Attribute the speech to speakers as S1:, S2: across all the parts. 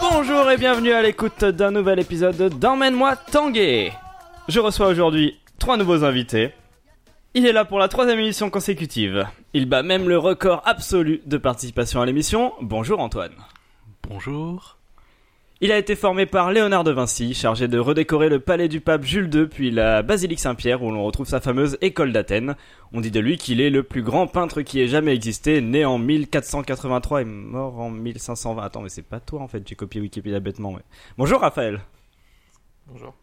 S1: Bonjour et bienvenue à l'écoute d'un nouvel épisode d'Emmène-moi Tanguay. Je reçois aujourd'hui trois nouveaux invités. Il est là pour la troisième émission consécutive. Il bat même le record absolu de participation à l'émission. Bonjour Antoine.
S2: Bonjour.
S1: Il a été formé par Léonard de Vinci, chargé de redécorer le palais du pape Jules II puis la basilique Saint-Pierre où l'on retrouve sa fameuse école d'Athènes. On dit de lui qu'il est le plus grand peintre qui ait jamais existé, né en 1483 et mort en 1520. Attends, mais c'est pas toi en fait, j'ai copié Wikipédia bêtement. ouais. Bonjour Raphaël.
S2: Bonjour.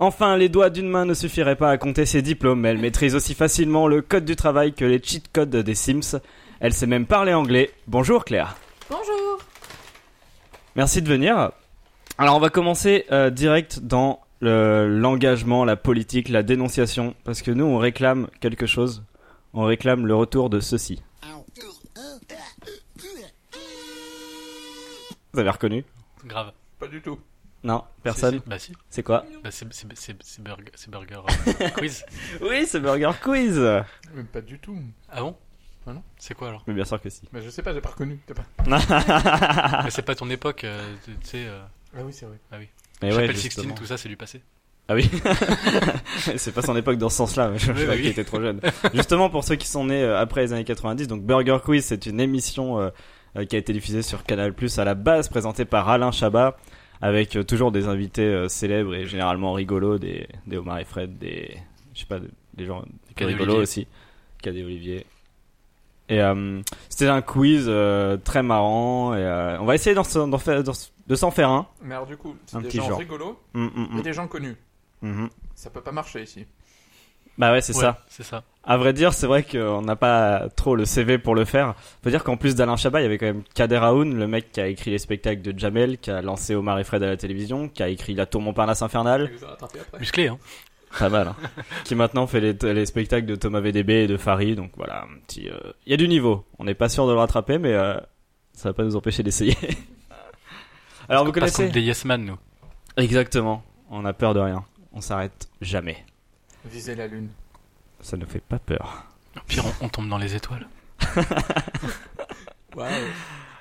S1: Enfin, les doigts d'une main ne suffiraient pas à compter ses diplômes, mais elle maîtrise aussi facilement le code du travail que les cheat codes des Sims. Elle sait même parler anglais. Bonjour Claire.
S3: Bonjour
S1: Merci de venir. Alors on va commencer euh, direct dans le- l'engagement, la politique, la dénonciation, parce que nous on réclame quelque chose, on réclame le retour de ceci. Vous avez reconnu
S2: Grave.
S4: Pas du tout.
S1: Non, personne.
S2: Si, si. Bah si.
S1: C'est quoi
S2: Bah, c'est, c'est, c'est, c'est burger, c'est burger euh, quiz.
S1: Oui, c'est Burger Quiz.
S4: Mais pas du tout.
S2: Ah bon
S4: Ah non.
S2: C'est quoi alors
S1: Mais bien sûr que si.
S4: Mais je sais pas, j'ai pas reconnu. T'as pas...
S1: Ah.
S2: Mais c'est pas ton époque, euh, tu tu sais. Euh,
S4: Ah oui, c'est vrai.
S1: Mais ouais,
S2: Chapelle
S1: justement.
S2: Sixtine, tout ça, c'est du passé.
S1: Ah oui. c'est pas son époque dans ce sens-là, mais je
S2: Oui,
S1: je
S2: oui,
S1: crois qu'il
S2: oui.
S1: était trop jeune. Justement, pour ceux qui sont nés euh, après les années 90, donc Burger Quiz, c'est une émission euh, euh, qui a été diffusée sur Canal Plus à la base, présentée par Alain Chabat, avec euh, toujours des invités euh, célèbres et généralement rigolos, des, des Omar et Fred, des, je sais pas, des, des gens
S2: Cadet
S1: rigolos
S2: Olivier.
S1: aussi, Cadet Olivier. Et euh, c'était un quiz euh, très marrant, et euh, on va essayer d'en se- d'en faire- d'en se- de s'en faire un.
S4: Mais alors, du coup,
S1: Un
S4: c'est des
S1: petit
S4: gens
S1: genre.
S4: rigolos
S1: Hum, hum,
S4: et
S1: hum,
S4: des gens connus.
S1: mhm.
S4: Ça peut pas marcher ici.
S1: Bah ouais, c'est
S2: Ouais,
S1: ça.
S2: C'est ça.
S1: À vrai dire, c'est vrai qu'on n'a pas trop le CV pour le faire. Faut dire qu'en plus d'Alain Chabat, il y avait quand même Kader Aoun, le mec qui a écrit les spectacles de Jamel, qui a lancé Omar et Fred à la télévision, qui a écrit La Tour Montparnasse
S4: Tu
S1: Infernale,
S4: les as rattrapés après.
S2: Musclé, hein.
S1: pas mal, hein, qui maintenant fait les, les spectacles de Thomas VDB et de Farid. Donc voilà, un petit. euh, Il y a du niveau. On n'est pas sûr de le rattraper, mais euh, ça va pas nous empêcher d'essayer. Alors vous
S2: Parce qu'on est
S1: connaissez
S2: des yes man, nous.
S1: Exactement. On a peur de rien. On s'arrête jamais.
S4: Viser la lune.
S1: Ça ne fait pas peur.
S2: Au pire, on, on tombe dans les étoiles.
S4: Waouh.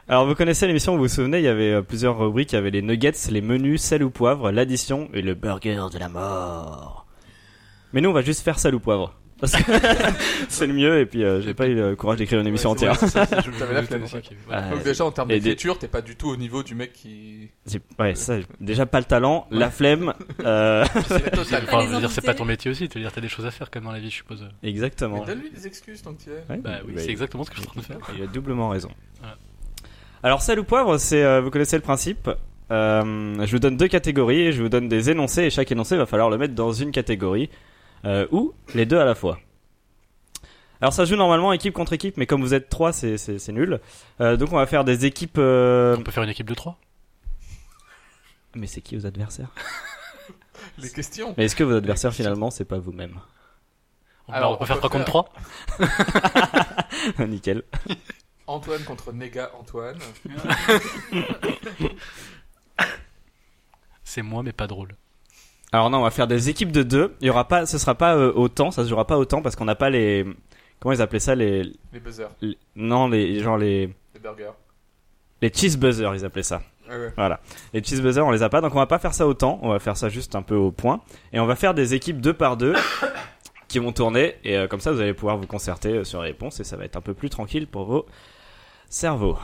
S1: Alors vous connaissez l'émission, vous vous souvenez, il y avait euh, plusieurs rubriques, il y avait les nuggets, les menus, sel ou poivre, l'addition et le burger de la mort. Mais nous on va juste faire sel ou poivre. Parce que c'est le mieux et puis euh, j'ai pas eu le courage d'écrire une émission
S4: Ouais, c'est
S1: entière.
S2: c'est ça, c'est- je- je-
S4: T'avais la
S2: je-
S4: flemme,
S2: aussi
S4: en fait.
S2: qu'il- voilà.
S1: Euh,
S4: Donc, déjà, en termes
S1: et des-
S4: d'écriture, t'es pas du tout au niveau du mec qui.
S1: j'ai- ouais, ça, j'ai déjà pas le talent, la flemme. euh,
S4: C'est la totale.
S2: Enfin,
S3: les
S2: je veux dire, c'est
S3: inviter.
S2: pas ton métier aussi. Tu veux dire, t'as des choses à faire comme dans la vie, je suppose.
S1: exactement.
S4: Mais donne-lui des excuses tant que tu es.
S1: Ouais,
S2: Bah oui,
S1: bah,
S2: c'est exactement ce que je suis en train de faire.
S1: Il a doublement raison.
S2: Voilà.
S1: Alors sel ou poivre, c'est euh, vous connaissez le principe. Euh, je vous donne deux catégories et je vous donne des énoncés et chaque énoncé va falloir le mettre dans une catégorie euh, ou les deux à la fois. Alors ça se joue normalement équipe contre équipe, mais comme vous êtes trois, c'est- c'est c'est nul. Euh, donc on va faire des équipes. euh,
S2: On peut faire une équipe de 3
S1: Mais c'est qui vos adversaires
S4: Les questions.
S1: Mais est-ce que vos adversaires finalement c'est pas vous-même
S2: on,
S4: Alors,
S2: peut faire 3 contre 3
S1: Nickel.
S4: Antoine contre Nega Antoine.
S2: C'est moi, mais pas drôle.
S1: Alors non, on va faire des équipes de deux. Il y aura pas, ce sera pas euh, autant, ça se jouera pas autant parce qu'on n'a pas les. Comment ils appelaient ça les,
S4: Les buzzers.
S1: les- Non, les genre les
S4: Les burgers.
S1: Les cheesebuzzers, ils appelaient ça.
S4: Ouais, ouais.
S1: Voilà. Les cheesebuzzers, on les a pas, donc on va pas faire ça autant. On va faire ça juste un peu au point. Et on va faire des équipes deux par deux qui vont tourner. Et euh, comme ça, vous allez pouvoir vous concerter euh, sur les réponses et ça va être un peu plus tranquille pour vos cerveaux.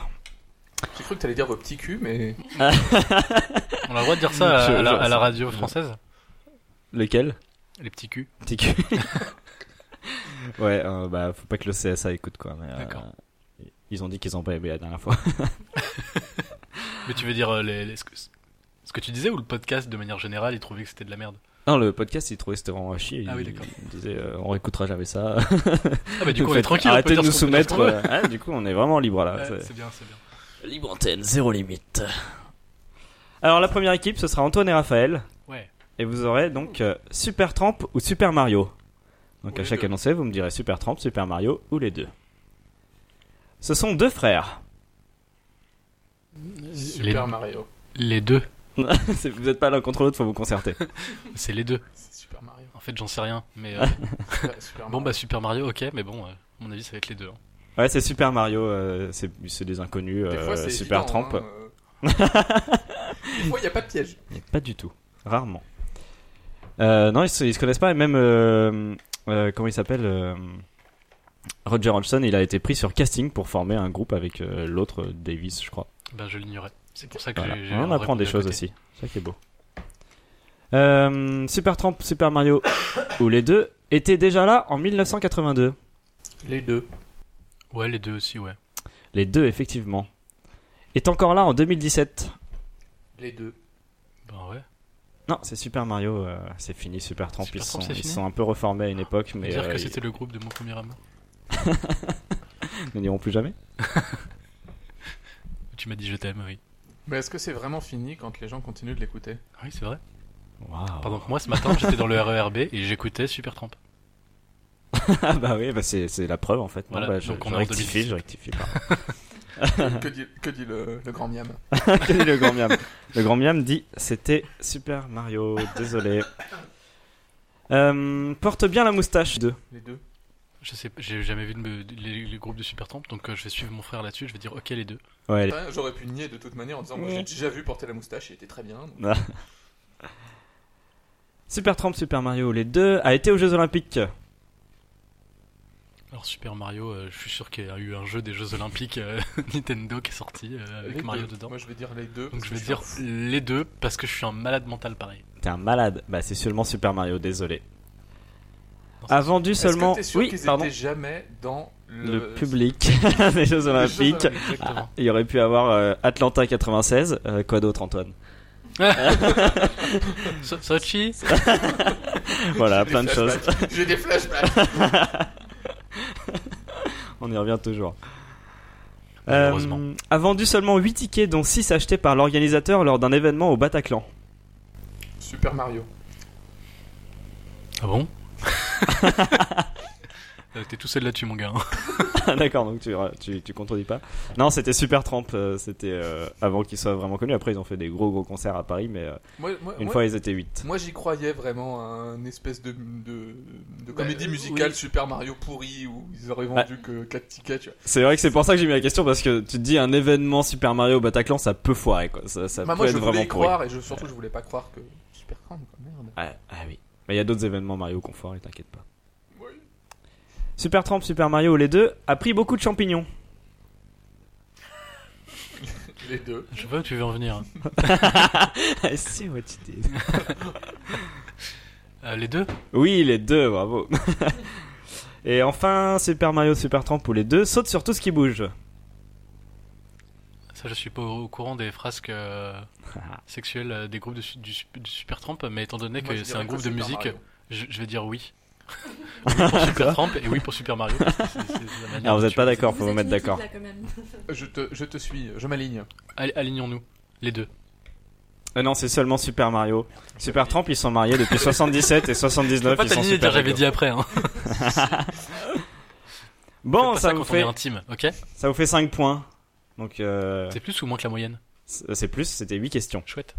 S4: J'ai cru que t'allais dire vos petits culs, mais.
S2: On a le droit de dire ça à,
S1: Je-
S2: à la,
S1: je-
S2: à la radio française
S1: Lequel
S2: Les petits culs.
S1: Petit cul. Ouais, euh, bah, faut pas que le CSA écoute quoi. mais, euh,
S2: D'accord.
S1: Ils ont dit qu'ils ont pas aimé la dernière fois.
S2: Mais tu veux dire euh, les, les- ce, que, ce que tu disais ou le podcast de manière générale, ils trouvaient que c'était de la merde
S1: Non, le podcast, ils trouvaient que c'était vraiment à chier.
S2: Ah oui,
S1: Ils-
S2: d'accord.
S1: Ils disaient, euh, on réécoutera jamais ça.
S2: Ah bah du coup on
S1: Faites-
S2: est tranquille. on peut
S1: Arrêtez
S2: dire
S1: de nous
S2: ce qu'on peut dire
S1: soumettre.
S2: ce qu'on veut.
S1: euh, hein, du coup, on est vraiment libre là.
S2: Ouais,
S1: c'est-
S2: c'est bien, c'est bien.
S1: Libre antenne, zéro limite. Alors la première équipe, ce sera Antoine et Raphaël.
S2: Ouais.
S1: Et vous aurez donc euh, Super Tramp ou Super Mario. Donc
S4: Ou
S1: à
S4: les
S1: chaque
S4: deux.
S1: énoncé, vous me direz Super Tramp, Super Mario ou les deux. Ce sont deux frères.
S4: Super Mario.
S2: Les deux.
S1: C'est- vous n'êtes pas l'un contre l'autre, faut vous concerter.
S2: C'est les deux.
S4: C'est Super Mario.
S2: En fait j'en sais rien. Mais euh,
S4: Super- Super
S2: bon
S4: Mario.
S2: bah Super Mario ok mais bon euh, à mon avis ça va être les deux. hein.
S1: ouais, c'est Super Mario, euh, c'est c'est des inconnus.
S4: Des
S1: euh,
S4: fois, c'est
S1: Super
S4: évident,
S1: Tramp.
S4: hein, euh, Des fois, il n'y a pas de piège.
S1: Mais Pas du tout, rarement. Euh, non, ils se, ils se connaissent pas, et même. euh, euh, comment il s'appelle euh, Roger Hodgson, il a été pris sur casting pour former un groupe avec euh, l'autre euh, Davis, je crois.
S2: Ben, je l'ignorais. C'est pour ça que
S1: Voilà.
S2: j'ai- j'ai.
S1: On en
S2: un
S1: apprend des
S2: répondu à
S1: choses
S2: côté.
S1: aussi, ça qui est beau. Euh, Super Tramp, Super Mario, ou les deux, étaient déjà là en 1982.
S4: Les deux.
S2: Ouais, les deux aussi, ouais.
S1: Les deux, effectivement. Est encore là en 2017.
S4: Les deux.
S2: Ben ouais.
S1: Non, c'est Super Mario, euh, c'est fini, Super Tramp.
S2: Super
S1: ils, sont,
S2: Tramp, c'est
S1: ils
S2: fini
S1: sont un peu reformés à une époque, mais
S2: dire
S1: euh,
S2: que
S1: ils-
S2: c'était le groupe de mon premier amour.
S1: ils n'iront plus jamais.
S2: Tu m'as dit je t'aime, oui.
S4: Mais est-ce que c'est vraiment fini quand les gens continuent de l'écouter
S2: Ah Oui, c'est vrai.
S1: Waouh.
S2: Pendant que moi, ce matin, j'étais dans le RERB et j'écoutais Super Tramp.
S1: Ah bah oui, bah c'est c'est la preuve en fait. Non,
S2: Voilà,
S1: bah, je,
S2: donc on
S1: je
S2: est en
S1: rectifie,
S2: 2006.
S1: je rectifie. pardon.
S4: Que dit, que dit le, le grand miam
S1: Quel est le grand miam Le grand miam dit c'était Super Mario, désolé. Euh, porte bien la moustache 2.
S4: Les deux.
S2: Je sais, j'ai jamais vu de me- de- les, les groupes de Super Tramp, donc euh, je vais suivre mon frère là-dessus. Je vais dire ok les deux.
S1: Ouais, elle est-
S4: Ouais, J'aurais pu nier de toute manière en disant Moi, j'ai déjà vu porter la moustache, il était très bien. donc.
S1: Super Tramp, Super Mario, les deux, a été aux Jeux Olympiques.
S2: Alors Super Mario, euh, je suis sûr qu'il y a eu un jeu des Jeux Olympiques euh, Nintendo qui est sorti euh, avec
S4: Les
S2: Mario
S4: deux.
S2: dedans.
S4: bah, Moi, je vais dire les deux.
S2: donc
S4: parce
S2: je
S4: que
S2: vais
S4: suis
S2: dire
S4: un fou.
S2: les deux parce que je suis un malade mental pareil.
S1: T'es un malade. Bah c'est seulement Super Mario, désolé.
S2: Non, c'est-
S1: A vendu
S4: Est-ce
S1: seulement.
S4: que t'es sûr
S1: Oui,
S4: qu'ils
S1: pardon.
S4: étaient jamais dans le,
S1: Le public des Jeux
S4: les Jeux
S1: Olympiques.
S2: Exactement.
S1: Il y aurait pu avoir euh, Atlanta 96. euh, quoi d'autre, Antoine
S2: Ah. So- Sochi
S1: Voilà, Ah,
S4: J'ai des
S1: plein de choses.
S4: flashbacks. J'ai des flashbacks.
S1: On y revient toujours.
S2: Malheureusement.
S1: Euh, a vendu seulement 8 tickets, dont 6 achetés par l'organisateur lors d'un événement au Bataclan.
S4: Super Mario.
S2: Ah bon Euh, T'es tout seul là-dessus, mon gars. hein.
S1: Ah, D'accord, donc tu, tu, tu contredis pas. Non, c'était Super Tramp, euh, c'était euh, avant qu'ils soient vraiment connus. Après, ils ont fait des gros gros concerts à Paris, mais euh,
S4: Moi, moi,
S1: une
S4: moi,
S1: fois ils étaient 8.
S4: moi, j'y croyais vraiment à un espèce de, de, de
S2: Bah,
S4: comédie
S2: euh,
S4: musicale
S2: oui.
S4: Super Mario pourri où ils auraient vendu que 4 tickets. Tu vois.
S1: C'est vrai que c'est pour ça que j'ai mis la question, parce que tu te dis un événement Super Mario au Bataclan, ça peut foirer quoi. Ça, ça
S4: Bah,
S1: peut
S4: moi,
S1: être
S4: je voulais
S1: vraiment
S4: y
S1: pourri.
S4: croire et je, surtout, je voulais pas croire que Super Grand, quoi, merde.
S1: Ah, ah oui. Mais il y a d'autres événements Mario Confort, et t'inquiète pas.
S4: Oui.
S1: Super Tramp, Super Mario, les deux, a pris beaucoup de champignons.
S4: Les deux.
S2: Je vois où tu veux en venir. hein.
S1: c'est what you did.
S2: Euh, les deux
S1: Oui, les deux, bravo. Et enfin, Super Mario, Super Tramp ou les deux sautent sur tout ce qui bouge.
S2: Ça, je suis pas au au courant des frasques euh, sexuelles euh, des groupes de su- du, su- du Super Tramp, mais étant donné
S4: Moi, je
S2: que c'est
S4: dirais
S2: un groupe de
S4: Super
S2: musique,
S4: Mario.
S2: je, je vais dire oui. oui pour Super Tramp et oui pour Super Mario. C'est- c'est- c'est la manière
S1: Alors, vous
S2: dont
S1: êtes
S2: tu-
S1: pas d'accord, faut
S3: êtes
S1: vous mettre
S3: une équipe,
S1: d'accord.
S3: là, quand même.
S4: Je te, je te suis, je m'aligne.
S2: Allez, alignons-nous, les deux.
S1: Ah non, c'est seulement Super Mario. Super Tramp, ils sont mariés depuis 77 et
S2: Je peux
S1: 79,
S2: pas
S1: ils sont
S2: t'aligner et dire
S1: super
S2: j'avais
S1: égaux.
S2: dit après. Hein. Fais
S1: Bon,
S2: pas
S1: ça
S2: quand
S1: vous,
S2: on est
S1: fait,
S2: intime, ok
S1: ça vous fait 5 points. Donc, euh,
S2: C'est plus ou moins que la moyenne
S1: c'est c'est plus, c'était 8 questions.
S2: Chouette.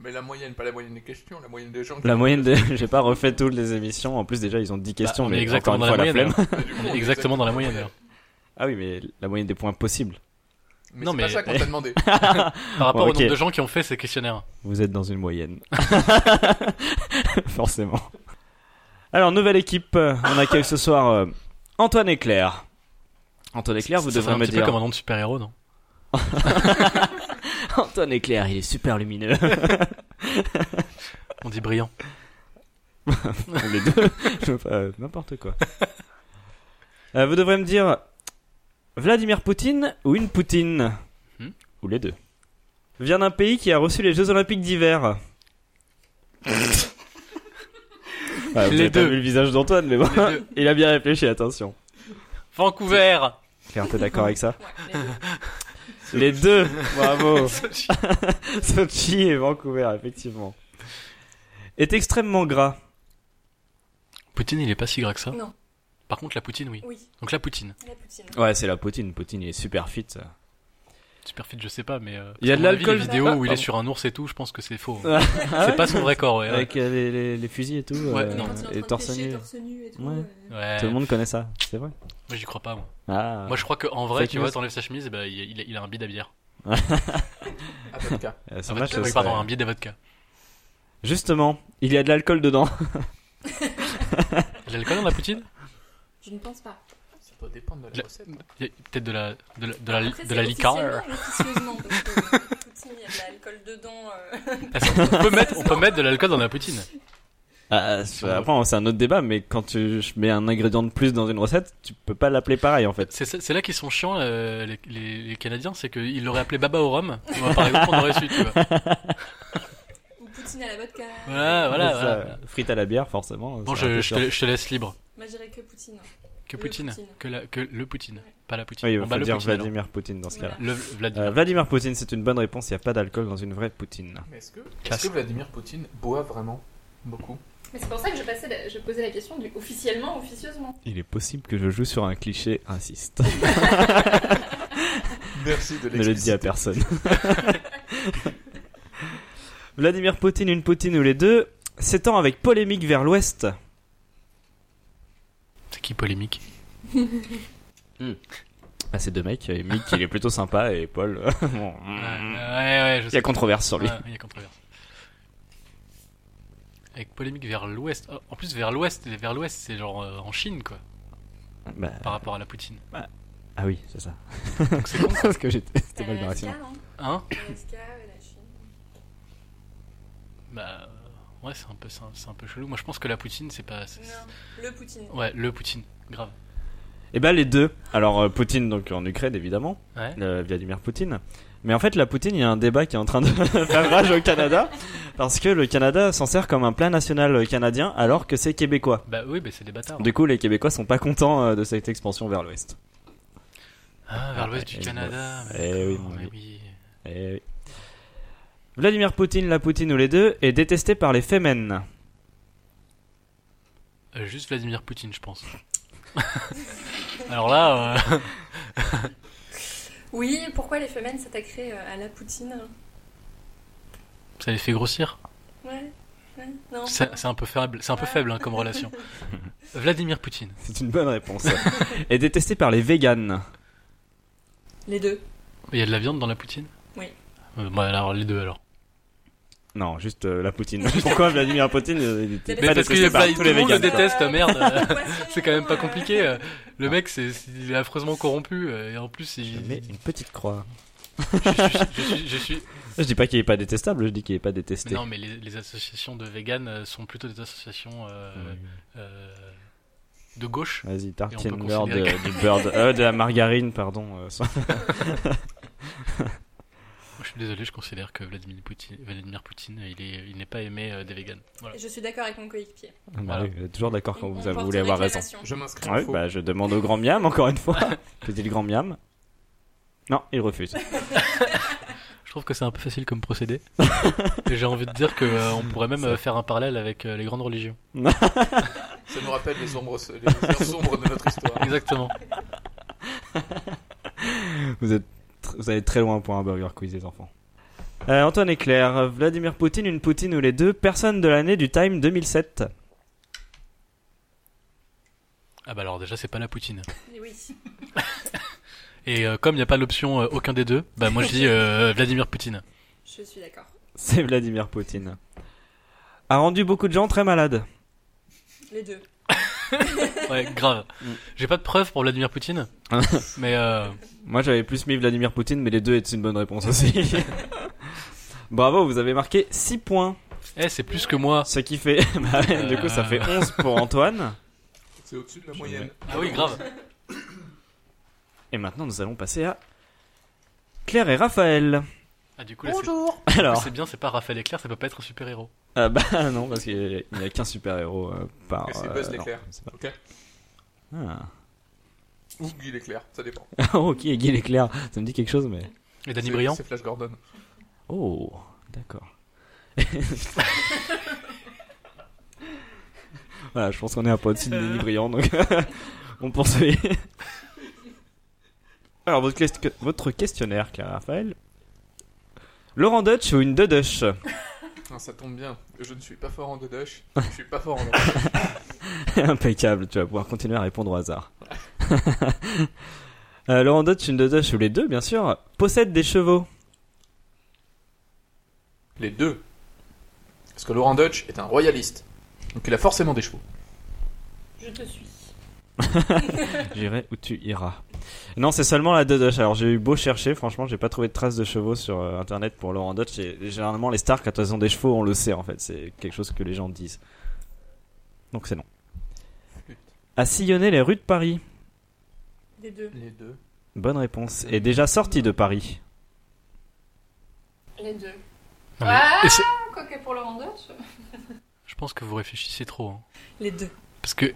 S4: Mais la moyenne, pas la moyenne des questions, la moyenne des gens.
S1: La moyenne de... J'ai pas refait toutes les émissions. En plus, déjà, ils ont 10 questions,
S2: Bah, on est
S1: mais
S2: exactement
S1: encore une
S2: dans
S1: fois,
S2: la
S1: la
S2: moyenne,
S1: flemme.
S2: hein.
S4: Mais du coup,
S2: On est
S4: on
S2: exactement dans la moyenne.
S4: moyenne.
S2: alors.
S1: Ah oui, mais la moyenne des points possibles.
S4: Mais
S2: Non,
S4: c'est
S2: mais-
S4: pas ça qu'on t'a demandé.
S2: Par rapport
S1: Bon,
S2: au
S1: ok.
S2: nombre de gens qui ont fait ces questionnaires.
S1: Vous êtes dans une moyenne. Forcément. Alors, nouvelle équipe. euh, On accueille ce soir euh, Antoine et Claire. Antoine et Claire, vous
S2: Ça serait
S1: devrez
S2: un
S1: me
S2: petit peu
S1: dire.
S2: comme un nom de super-héros, non
S1: Antoine et Claire, il est super lumineux.
S2: On dit brillant.
S1: Les deux. Je veux pas, euh, N'importe quoi. Euh, vous devrez me dire Vladimir Poutine ou une Poutine
S2: Hmm.
S1: Ou les deux. Vient d'un pays qui a reçu les Jeux Olympiques d'hiver. Ah, vous
S2: Les
S1: avez pas
S2: deux.
S1: vu le visage d'Antoine, mais bon.
S2: Les deux.
S1: Il a bien réfléchi, attention.
S2: Vancouver
S1: Claire, t'es d'accord avec ça
S3: Ouais, les deux.
S1: Les deux, bravo. Sochi et Vancouver, effectivement. Est extrêmement gras.
S2: Poutine, il est pas si gras que ça.
S3: Non.
S2: Par contre, la Poutine, oui.
S3: Oui,
S2: Donc la Poutine.
S3: la poutine.
S1: Ouais, c'est la poutine. Poutine, il est super fit. ça.
S2: Super fit, je sais pas, mais. euh,
S1: Il y a
S2: à
S1: de
S2: mon avis,
S1: l'alcool
S2: Les vidéos
S1: dedans.
S2: où il
S1: Ah,
S2: est
S1: pardon.
S2: sur un ours et tout, je pense que c'est faux. hein.
S1: Ah,
S2: C'est pas son vrai corps, ouais.
S1: Avec euh, les, les- les fusils et tout.
S2: Ouais,
S1: euh,
S3: Et
S2: non.
S3: quand il est en train
S1: et
S3: de
S1: torse
S3: pêcher,
S1: nu.
S3: torse nu et tout.
S1: Ouais.
S3: euh,
S2: Ouais.
S1: Tout le monde connaît ça, c'est vrai.
S2: Moi, j'y crois pas, moi.
S1: Ah.
S2: Moi, je crois qu'en vrai,
S1: Fake
S2: tu vois,
S1: news.
S2: t'enlèves sa chemise, et ben, bah, il, il- il a un bide à bière.
S4: Ah, vodka.
S1: Euh, ça
S2: Un
S1: marche,
S2: vodka, oui,
S1: ça,
S2: pardon, hein.
S1: ouais.
S2: un biais des vodka.
S1: Justement, il y a de l'alcool dedans.
S2: De l'alcool dans la poutine
S3: Je ne pense pas.
S4: Ça doit dépendre de
S2: Le-
S4: la recette. hein.
S2: Il y a Peut-être de la, de la, de la,
S3: Après,
S2: de
S3: c'est
S2: la
S3: officiellement
S2: liqueur.
S3: et officieusement, parce que poutine, il y a de l'alcool dedans. euh.
S2: Parce qu'on peut mettre- On peut mettre de l'alcool dans la poutine.
S1: Ah, c'est- après, c'est un autre débat, mais quand tu je mets un ingrédient de plus dans une recette, tu peux pas l'appeler pareil en fait.
S2: C'est- C'est c'est là qu'ils sont chiants, euh, les, les- les Canadiens, c'est qu'ils l'auraient appelé Baba au rhum. Tu vois, par exemple, on aurait su, tu vois.
S3: Ou poutine à la vodka.
S2: Voilà, Ah, voilà.
S1: Ça, euh,
S2: voilà.
S1: Frites à la bière, forcément.
S2: Bon,
S1: c'est un
S2: je,
S1: peu
S2: je
S1: sûr.
S2: te, je te laisse libre.
S3: Moi, je dirais que poutine.
S2: Que
S3: Le
S2: Poutine,
S3: Poutine.
S2: Que, la, que le Poutine, pas la Poutine.
S1: Oui, il
S2: On
S1: faut
S2: bat le
S1: dire
S2: Poutine, alors.
S1: Vladimir Poutine dans ce cas-là.
S2: Le Vladimir.
S1: Euh, Vladimir Poutine, c'est une bonne réponse. Il n'y a pas d'alcool dans une vraie poutine.
S4: Mais est-ce que, est
S2: Classe.
S4: que Vladimir Poutine boit vraiment beaucoup
S3: Mais c'est pour ça que je, passais la- je posais la question du officiellement, officieusement.
S1: Il est possible que je joue sur un cliché raciste.
S4: Merci de
S1: ne le dis à
S4: l'expliciter.
S1: personne. Vladimir Poutine, une poutine ou les deux, s'étend avec polémique vers l'ouest.
S2: C'est qui polémique
S1: Ah, c'est deux mecs. Et Mick, il est plutôt sympa, et Paul. euh, bon,
S2: Ouais,
S1: mm,
S2: ouais, je
S1: Il y
S2: sais.
S1: a controverse sur lui.
S2: Ouais, Il y a controverse. Avec polémique vers l'ouest. Oh, en plus, vers l'ouest, vers l'ouest, c'est genre euh, en Chine, quoi,
S1: Bah,
S2: par rapport à la Poutine.
S1: ah oui, c'est ça. Euh,
S2: Donc c'est con.
S1: Parce que j'étais. C'était mal barré,
S3: Alaska,
S1: sinon.
S3: hein.
S2: Hein
S3: Alaska, la Chine.
S2: Bah, euh, ouais, c'est un, peu, c'est un- c'est un peu chelou. Moi, je pense que la Poutine, c'est pas. c'est-
S3: Non, le poutine.
S2: Ouais, le Poutine, grave.
S1: Eh ben, les deux. Alors, euh, Poutine, donc en Ukraine, évidemment.
S2: Ouais.
S1: le Vladimir Poutine. Mais en fait, la Poutine, il y a un débat qui est en train de faire rage au Canada, parce que le Canada s'en sert comme un plat national euh, canadien, alors que c'est québécois.
S2: Bah oui, bah, c'est des bâtards.
S1: Du coup, les Québécois sont pas contents euh, de cette expansion vers l'ouest.
S2: Ah, vers l'ouest
S1: Eh,
S2: du Canada.
S1: bah,
S2: mais
S1: eh oui,
S2: d'accord,
S1: mon
S2: mais
S1: ami.
S2: oui.
S1: Eh oui. Vladimir Poutine, la Poutine ou les deux, est détesté par les fémènes.
S2: Euh, juste Vladimir Poutine, je pense. Alors là, euh,
S3: Oui, pourquoi les femelles s'attaqueraient euh, à la poutine
S2: ça les fait grossir.
S3: Ouais, ouais, non.
S2: C'est c'est un peu faible, c'est un peu faible hein, comme relation. Vladimir Poutine.
S1: C'est une bonne réponse. est détesté par les véganes.
S3: Les deux.
S2: Il y a de la viande dans la poutine
S3: Oui.
S2: Euh, bah, alors les deux alors.
S1: Non, juste euh, la Poutine. Pourquoi Vladimir Poutine euh, il était
S3: Mais
S1: pas
S3: parce
S1: détesté
S3: que
S1: par
S3: il-
S1: tous les
S2: bah, tout le monde le
S1: véganes
S2: déteste,
S3: Euh,
S2: merde.
S3: Poisson,
S2: C'est quand même pas
S3: euh,
S2: compliqué. euh. Le mec, c'est, c'est- il est affreusement corrompu euh, et en plus,
S1: Je
S2: il,
S1: mets une petite croix.
S2: je, je- je suis, je suis-
S1: Je dis pas qu'il est pas détestable, je dis qu'il est pas détesté.
S2: Non, mais les, les associations de véganes euh, sont plutôt des associations euh,
S1: Oui.
S2: euh, de gauche.
S1: Vas-y,
S2: Et on peut
S1: tartine-leur de,
S2: considérer
S1: du beurre de, euh, de la margarine, pardon. euh, sans-
S2: Moi, Je suis désolé, je considère que Vladimir Poutine, Vladimir Poutine, il est, il n'est pas aimé euh, des véganes. Voilà.
S3: Je suis d'accord avec mon coéquipier.
S1: Bah
S2: Voilà.
S1: oui, vous êtes toujours d'accord quand
S3: On-
S1: vous,
S3: on
S1: avez-
S3: porte
S1: voulez avoir raison.
S3: réclamation.
S4: Je m'inscris en
S1: Ah oui,
S4: faux.
S1: bah, je demande au grand miam, encore une fois. Petit le grand miam. Non, il refuse.
S2: Je trouve que c'est un peu facile comme procédé. Et J'ai envie de dire que euh, on pourrait même euh, faire un parallèle avec euh, les grandes religions.
S4: Ça nous rappelle les ombres, les heures sombres de notre histoire.
S2: Exactement.
S1: Vous êtes, tr- vous allez très loin pour un burger quiz, les enfants. Euh, Antoine et Claire, Vladimir Poutine, une Poutine ou les deux, personne de l'année du Time 2007.
S2: Ah bah alors déjà c'est pas la poutine.
S3: Et Oui.
S2: Et euh, comme il n'y a pas l'option euh, aucun des deux, bah moi je dis euh, Vladimir Poutine.
S3: Je suis d'accord.
S1: C'est Vladimir Poutine. A rendu beaucoup de gens très malades.
S3: Les deux.
S2: Ouais, grave. J'ai pas de preuves pour Vladimir Poutine, mais euh,
S1: Moi j'avais plus mis Vladimir Poutine, mais les deux étaient une bonne réponse aussi. Bravo, vous avez marqué 6 points.
S2: eh, c'est plus que moi.
S1: Ce qui fait. bah, Du coup, ça fait 11 pour Antoine.
S4: C'est au-dessus de la moyenne.
S2: Ah oui, grave.
S1: Et maintenant, nous allons passer à. Claire et Raphaël.
S2: Ah du coup là, c'est- du coup,
S1: Alors.
S2: c'est bien, c'est pas Raphaël Leclerc, ça peut pas être un super héros.
S1: euh, bah non, parce qu'il n'y a qu'un super-héros euh, par.
S4: Et c'est
S1: euh,
S4: Buzz
S1: non,
S4: l'éclair.
S1: c'est pas-
S4: Ok. Ou Guy l'éclair, ça dépend.
S1: Ah. oh, qui est Guy l'éclair Ça me dit quelque chose, mais.
S2: Et Danny
S4: C'est-
S2: Briand.
S4: C'est Flash Gordon.
S1: Oh, d'accord. voilà, je pense qu'on est un peu au-dessus de Denis Briand, donc on poursuit. Alors, votre, quest- votre questionnaire, Claire et Raphaël. Laurent Dutch ou une Dutch
S4: Ah, ça tombe bien. Je ne suis pas fort en Dodoche. Je suis pas fort en Dodoche.
S1: Impeccable, tu vas pouvoir continuer à répondre au hasard. Euh, Laurent Dutch, une de Dutch, ou les deux, bien sûr, possède des chevaux.
S4: Les deux. Parce que Laurent Dutch est un royaliste. Donc il a forcément des chevaux.
S3: Je te suis.
S1: J'irai où tu iras. Non, c'est seulement la de Dutch. Alors j'ai eu beau chercher, franchement, j'ai pas trouvé de traces de chevaux sur euh, internet pour Laurent Dutch. Et généralement, les stars, quand elles ont des chevaux, on le sait en fait. C'est quelque chose que les gens disent. Donc c'est non. A sillonné les rues de Paris.
S3: Des deux.
S4: Les deux.
S1: Bonne réponse. Est déjà sorti de Paris.
S3: Les deux.
S2: Non, mais-
S3: Ah,
S2: et c'est-
S3: quoique pour Laurent Dutch.
S2: Je pense que vous réfléchissez trop. hein.
S3: Les deux.
S2: Parce que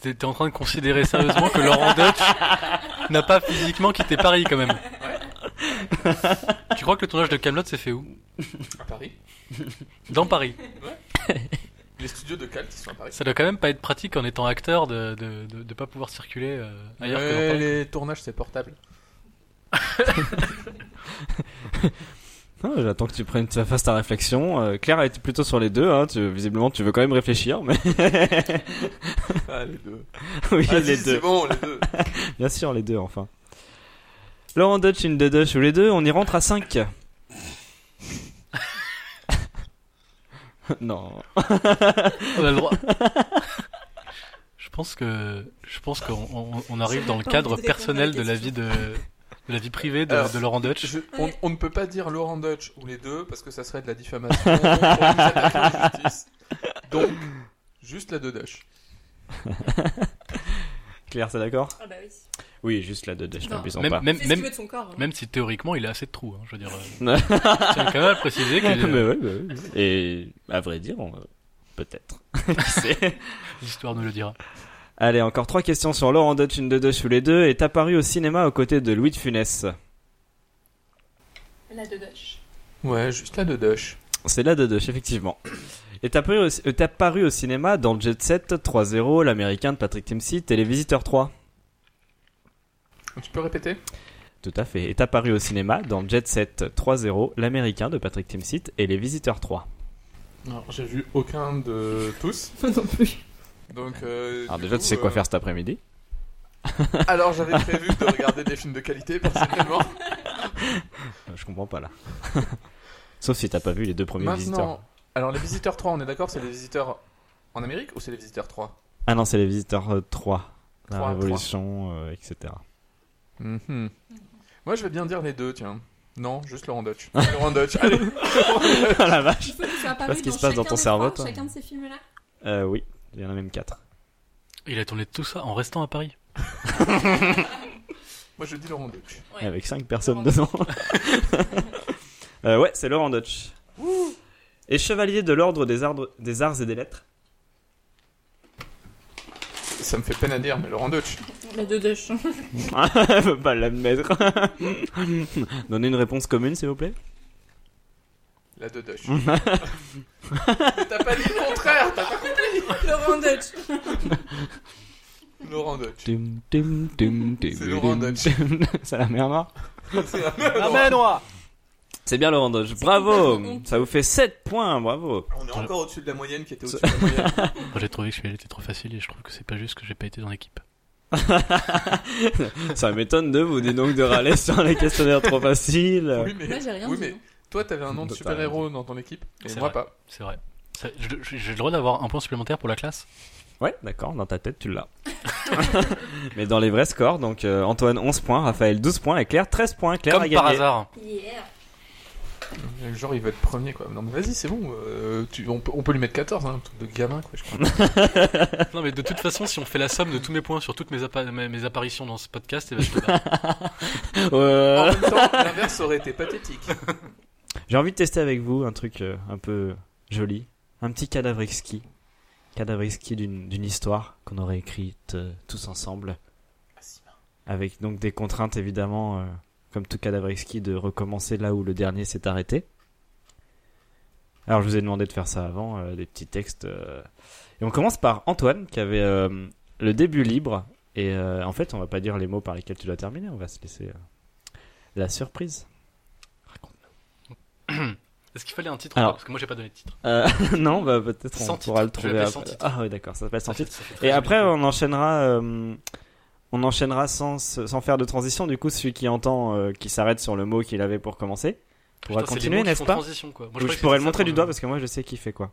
S2: t'es t'es en train de considérer sérieusement que Laurent Dutch n'a pas physiquement quitté Paris quand même. tu crois que le tournage de Camelot s'est fait où
S4: À Paris.
S2: Dans Paris.
S4: Les studios de Cal qui sont à Paris.
S2: Ça doit quand même pas être pratique en étant acteur de de, de- de pas pouvoir circuler euh, ailleurs que dans
S4: Ouais,
S2: Paris.
S4: les tournages c'est portable.
S1: Ah, J'attends que tu prennes, tu fasses ta réflexion. Euh, Claire a été plutôt sur les deux. Hein. Tu, visiblement, tu veux quand même réfléchir, mais
S4: Ah les deux.
S1: oui,
S4: Ah,
S1: les
S4: si,
S1: deux.
S4: C'est bon les deux.
S1: Bien sûr, les deux, enfin. Laurent Dutch, une de Dutch ou les deux, on y rentre à 5. non.
S2: On a le droit. je pense que je pense qu'on on- on arrive dans le
S3: J'ai pas
S2: cadre
S3: envie de répondre à
S2: personnel
S3: la
S2: de la vie de, de la vie privée de,
S4: Alors,
S2: de Laurent Dutch.
S4: Je- on, on ne peut pas dire Laurent Dutch ou les deux parce que ça serait de la diffamation. on nous attaquerait en justice. Donc juste la de Dutch.
S1: Claire, c'est d'accord
S3: Ah bah oui.
S1: Oui, juste la de Dutch,
S3: Non.
S1: n'abusons
S2: Même
S1: pas.
S2: même
S3: C'est ce qu'il
S2: même
S3: veut de son corps. hein.
S2: même si théoriquement il a assez de trous. hein, je veux dire. euh, je tiens quand même à le préciser que
S1: Mais
S2: euh,
S1: ouais, bah oui. Et à vrai dire, on- peut-être. Qui sait
S2: l'histoire nous le dira.
S1: Allez, encore trois questions sur Laurent Dutch, une de Dutch ou les deux, est apparu au cinéma aux côtés de Louis de Funès.
S3: La de Dutch.
S4: Ouais juste la de Dutch.
S1: C'est la de Dutch, effectivement. Est apparu, au, est apparu au cinéma dans Jet Set 3-0, l'américain de Patrick Timsit et Les Visiteurs 3.
S4: Tu peux répéter
S1: Tout à fait. Est apparu au cinéma dans Jet Set 3-0, l'américain de Patrick Timsit et Les Visiteurs 3.
S4: Alors j'ai vu aucun de tous.
S3: Moi non plus.
S4: Donc euh,
S1: Alors
S4: du
S1: déjà,
S4: coup,
S1: tu sais quoi
S4: euh,
S1: faire cet après-midi
S4: Alors j'avais prévu de regarder des films de qualité personnellement.
S1: Euh, Je comprends pas là. Sauf si t'as pas vu les deux premiers visiteurs.
S4: Maintenant, alors les visiteurs 3, on est d'accord, c'est les visiteurs en Amérique ou c'est les visiteurs 3
S1: Ah non, c'est Les Visiteurs euh, 3. La
S4: Trois,
S1: Révolution, euh, etc.
S4: Mhm. Moi je vais bien dire les deux, tiens. Non, juste Laurent Dutch. Laurent Dutch, allez. Oh
S1: Ah la vache
S3: Il faut qu'il soit apparu
S1: Parce qu'il
S3: dans
S1: se passe dans
S3: chacun
S1: ton
S3: des
S1: cerveau,
S3: trois,
S1: toi.
S3: Chacun de ces films-là.
S1: Euh, oui, il y en a même 4.
S2: Il a tourné tout ça en restant à Paris.
S4: Moi je dis Laurent Dutch.
S3: Ouais.
S1: Avec 5 personnes
S3: Laurent
S1: dedans. Euh, ouais, c'est Laurent Dutch. Et chevalier de l'ordre des, Ardes- des arts et des lettres.
S4: Ça me fait peine à dire, mais Laurent Dutch.
S3: La de Dutch.
S1: Elle veut pas l'admettre. Donnez une réponse commune, s'il vous plaît.
S4: La de Dutch. Mais t'as pas dit le contraire, t'as pas compris.
S3: Laurent Dutch.
S4: Laurent Dutch.
S1: C'est
S4: C'est Laurent Dutch.
S1: C'est la mer noire
S4: C'est un-
S1: C'est bien Laurent Dutch.
S3: complètement
S1: Bravo
S3: honteux.
S1: Ça vous fait 7 points, bravo
S4: On est encore au-dessus de la moyenne qui était au-dessus de la moyenne.
S2: Moi, J'ai trouvé que celui-là était trop facile et je trouve que c'est pas juste que j'ai pas été dans l'équipe.
S1: Ça m'étonne de vous, dis donc, de râler sur les questionnaires trop faciles.
S4: Oui, mais,
S3: Moi j'ai rien
S4: oui,
S3: dit. hein.
S4: mais toi t'avais un nom de
S1: Total.
S4: super-héros dans ton équipe, et
S2: C'est
S4: moi
S2: vrai.
S4: pas.
S2: C'est vrai. Ça- je- je- J'ai le droit d'avoir un point supplémentaire pour la classe.
S1: Ouais, d'accord, dans ta tête, tu l'as. Mais dans les vrais scores, donc euh, Antoine 11 points, Raphaël 12 points et Claire 13 points. Claire a
S2: Comme
S1: gagné.
S2: par hasard.
S3: hein. Yeah.
S4: Genre, il va être premier, quoi. Non, mais vas-y, c'est bon. euh, tu, on, peut, on peut lui mettre 14, hein, un truc de gamin, quoi, je crois.
S2: Non mais de toute façon, si on fait la somme de tous mes points sur toutes mes, appa- mes, mes apparitions dans ce podcast, eh ben, je te bats.
S1: Ouais.
S4: En même temps, l'inverse aurait été pathétique.
S1: J'ai envie de tester avec vous un truc euh, un peu joli. Un petit cadavre exquis. Cadavre exquis d'une d'une histoire qu'on aurait écrite euh, tous ensemble. Avec donc des contraintes évidemment, euh, comme tout cadavre exquis, de recommencer là où le dernier s'est arrêté. Alors je vous ai demandé de faire ça avant, euh, des petits textes. euh. Et on commence par Antoine qui avait euh, le début libre. Et euh, en fait, on va pas dire les mots par lesquels tu dois terminer, on va se laisser euh, la surprise. Raconte.
S2: Est-ce qu'il fallait un titre ou
S1: Alors.
S2: pas Parce que moi j'ai pas donné de titre.
S1: Euh, non, bah, peut-être on
S2: Sans titre.
S1: pourra le
S2: Je
S1: trouver
S2: l'appelle
S1: après.
S2: sans titre.
S1: Ah oui, d'accord, ça s'appelle sans
S2: Ça fait-
S1: titre.
S2: ça fait très
S1: Et après,
S2: joli.
S1: on enchaînera euh, On enchaînera sans, sans faire de transition, du coup, celui qui entend, euh, qui s'arrête sur le mot qu'il avait pour commencer, pourra
S2: Putain, c'est les
S1: continuer,
S2: mots qui
S1: n'est-ce
S2: font
S1: pas
S2: transition, quoi. Moi,
S1: Ou
S2: croyais
S1: je
S2: que
S1: pourrais
S2: c'était
S1: le
S2: ça, hein.
S1: montrer
S2: quand
S1: du
S2: même.
S1: doigt parce que moi je sais qui fait quoi.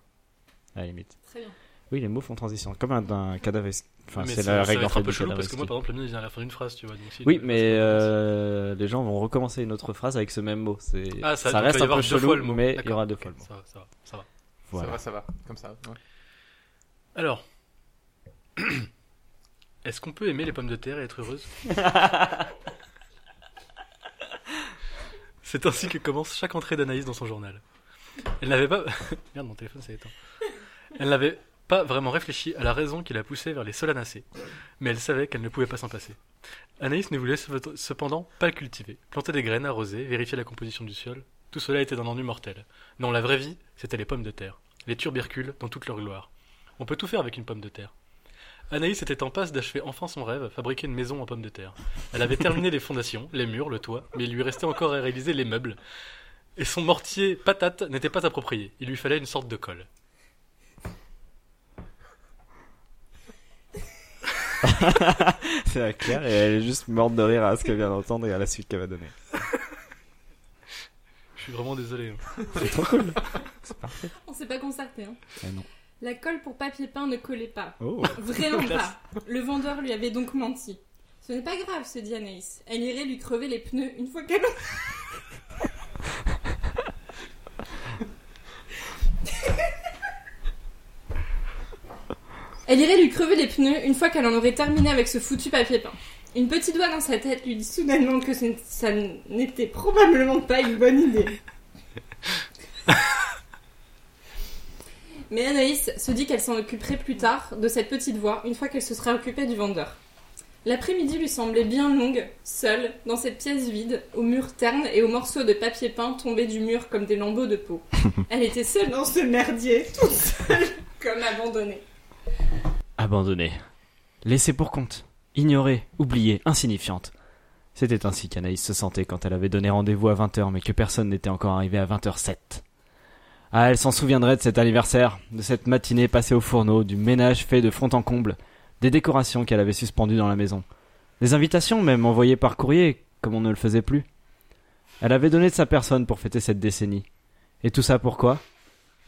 S1: À la limite.
S3: Très bien.
S1: Oui, les mots font transition, comme un, un cadavresque. Enfin,
S2: Ah, Mais
S1: c'est
S2: ça-
S1: la
S2: ça va
S1: règle en
S2: être un
S1: fait
S2: peu
S1: du
S2: chelou parce que moi,
S1: cadavresque.
S2: par exemple, le mien, il vient à la fin d'une phrase, tu vois. donc si-
S1: Oui,
S2: enfin,
S1: mais
S2: c'est-
S1: euh, les gens vont recommencer une autre phrase avec ce même mot. C'est-
S2: Ah, ça,
S1: ça
S2: donc, il
S1: reste
S2: va y
S1: un
S2: avoir
S1: peu
S2: deux fois le
S1: chelou,
S2: mot.
S1: mais il y
S2: D'accord.
S1: aura deux
S2: Ok,
S1: fois le mot.
S2: Ça va, ça va, ça va.
S1: Voilà.
S4: Ça va, ça va, comme ça. ouais.
S2: Alors, est-ce qu'on peut aimer les pommes de terre et être heureuse C'est ainsi que commence chaque entrée d'analyse dans son journal. Elle n'avait pas. Merde, mon téléphone s'est éteint. Elle n'avait pas vraiment réfléchi à la raison qui la poussait vers les solanacées, mais elle savait qu'elle ne pouvait pas s'en passer. Anaïs ne voulait ce- cependant pas le cultiver. Planter des graines, arroser, vérifier la composition du sol, tout cela était d'un ennui mortel. Non, la vraie vie, c'était les pommes de terre, les tubercules dans toute leur gloire. On peut tout faire avec une pomme de terre. Anaïs était en passe d'achever enfin son rêve, fabriquer une maison en pommes de terre. Elle avait terminé les fondations, les murs, le toit, mais il lui restait encore à réaliser les meubles. Et son mortier patate n'était pas approprié, il lui fallait une sorte de colle.
S1: C'est clair, et elle est juste morte de rire à ce qu'elle vient d'entendre et à la suite qu'elle va donner.
S2: Je suis vraiment désolé. hein.
S3: On s'est pas concerté. Hein.
S1: Ah non.
S5: La colle pour papier peint ne collait pas.
S1: Oh.
S5: Vraiment pas. Le vendeur lui avait donc menti. Ce n'est pas grave, se dit Anaïs. Elle irait lui crever les pneus une fois qu'elle. Elle irait lui crever les pneus une fois qu'elle en aurait terminé avec ce foutu papier peint. Une petite voix dans sa tête lui dit soudainement que ce n- ça n'était probablement pas une bonne idée. Mais Anaïs se dit qu'elle s'en occuperait plus tard de cette petite voix une fois qu'elle se serait occupée du vendeur. L'après-midi lui semblait bien longue, seule, dans cette pièce vide, aux murs ternes et aux morceaux de papier peint tombés du mur comme des lambeaux de peau. Elle était seule dans ce merdier, toute seule, comme abandonnée.
S1: Abandonnée. Laissée pour compte. Ignorée, oubliée, insignifiante. C'était ainsi qu'Anaïs se sentait quand elle avait donné rendez-vous à 20h mais que personne n'était encore arrivé à 20h07. Ah, elle s'en souviendrait de cet anniversaire, de cette matinée passée au fourneau, du ménage fait de fond en comble, des décorations qu'elle avait suspendues dans la maison, des invitations même envoyées par courrier, comme on ne le faisait plus. Elle avait donné de sa personne pour fêter cette décennie. Et tout ça pourquoi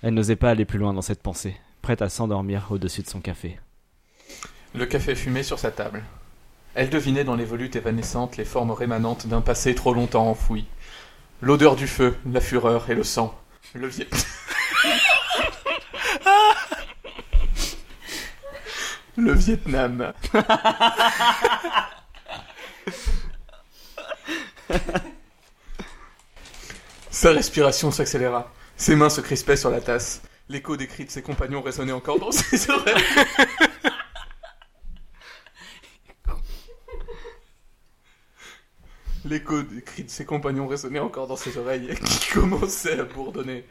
S1: Elle n'osait pas aller plus loin dans cette pensée, prête à s'endormir au-dessus de son café.
S4: Le café fumait sur sa table. Elle devinait dans les volutes évanescentes les formes rémanentes d'un passé trop longtemps enfoui. L'odeur du feu, la fureur et le sang. Le vieil... le Vietnam. Sa respiration s'accéléra. Ses mains se crispaient sur la tasse. L'écho des cris de ses compagnons résonnait encore dans ses oreilles. L'écho des cris de ses compagnons résonnait encore dans ses oreilles et qui commençait à bourdonner.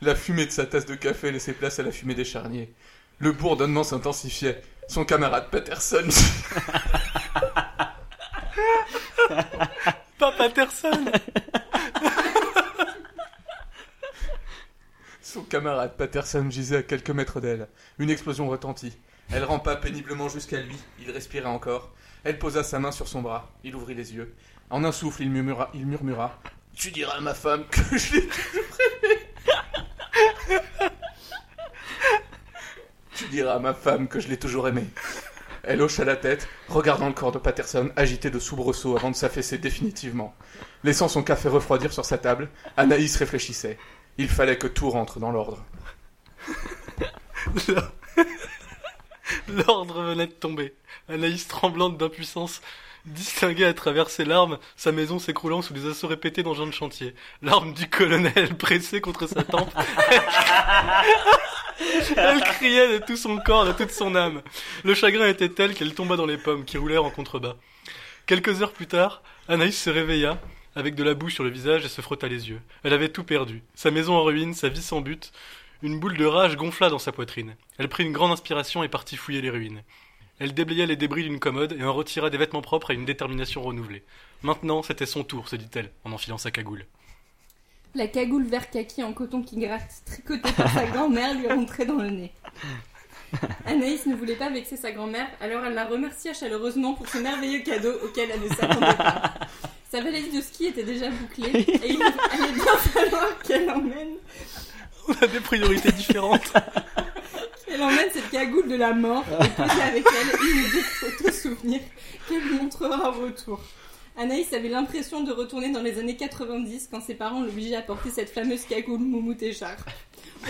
S4: La fumée de sa tasse de café laissait place à la fumée des charniers. Le bourdonnement s'intensifiait. Son camarade Patterson.
S2: Pas Patterson
S4: Son camarade Patterson gisait à quelques mètres d'elle. Une explosion retentit. Elle rampa péniblement jusqu'à lui. Il respirait encore. Elle posa sa main sur son bras. Il ouvrit les yeux. En un souffle, il murmura. Il murmura tu diras à ma femme que je l'ai toujours aimée. tu diras à ma femme que je l'ai toujours aimée. Elle hocha la tête, regardant le corps de Patterson agité de soubresauts avant de s'affaisser définitivement. Laissant son café refroidir sur sa table, Anaïs réfléchissait. Il fallait que tout rentre dans l'ordre.
S2: L'ordre venait de tomber. Anaïs tremblante d'impuissance distinguait à travers ses larmes sa maison s'écroulant sous les assauts répétés d'engins de chantier. L'arme du colonel pressée contre sa tempe. Elle criait de tout son corps, de toute son âme. Le chagrin était tel qu'elle tomba dans les pommes qui roulèrent en contrebas. Quelques heures plus tard, Anaïs se réveilla avec de la bouche sur le visage et se frotta les yeux. Elle avait tout perdu. Sa maison en ruine, sa vie sans but, une boule de rage gonfla dans sa poitrine. Elle prit une grande inspiration et partit fouiller les ruines. Elle déblaya les débris d'une commode et en retira des vêtements propres à une détermination renouvelée. Maintenant, c'était son tour, se dit-elle, en enfilant sa cagoule.
S5: La cagoule vert kaki en coton qui gratte, tricotée par sa grand-mère, lui rentrait dans le nez. Anaïs ne voulait pas vexer sa grand-mère, alors elle la remercia chaleureusement pour ce merveilleux cadeau auquel elle ne s'attendait pas. Sa valise de ski était déjà bouclée et il allait bien falloir qu'elle emmène,
S2: On a des priorités différentes.
S5: qu'elle emmène cette cagoule de la mort et pose avec elle une ou deux photos souvenirs qu'elle lui montrera en retour. Anaïs avait l'impression de retourner dans les années 90 quand ses parents l'obligeaient à porter cette fameuse cagoule moumoute écharpe.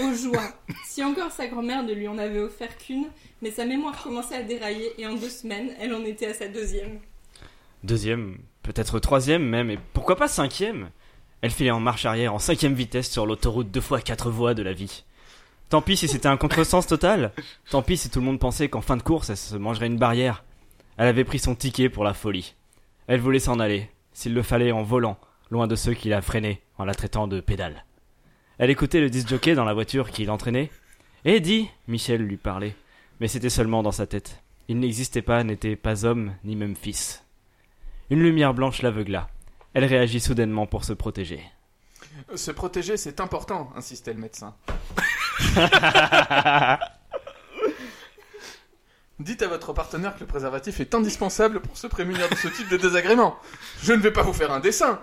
S5: Au juin, si encore sa grand-mère ne lui en avait offert qu'une, mais sa mémoire commençait à dérailler et en deux semaines, elle en était à sa deuxième.
S1: Deuxième, peut-être troisième même, et pourquoi pas cinquième Elle filait en marche arrière en cinquième vitesse sur l'autoroute deux fois quatre voies de la vie. Tant pis si c'était un contresens total. Tant pis si tout le monde pensait qu'en fin de course, elle se mangerait une barrière. Elle avait pris son ticket pour la folie. Elle voulait s'en aller, s'il le fallait en volant, loin de ceux qui la freinaient en la traitant de pédale. Elle écoutait le disjockey dans la voiture qui l'entraînait. Eh dis Michel lui parlait, mais c'était seulement dans sa tête. Il n'existait pas, n'était pas homme, ni même fils. Une lumière blanche l'aveugla. Elle réagit soudainement pour se protéger.
S4: Se protéger, c'est important, insistait le médecin. Dites à votre partenaire que le préservatif est indispensable pour se prémunir de ce type de désagrément. Je ne vais pas vous faire un dessin.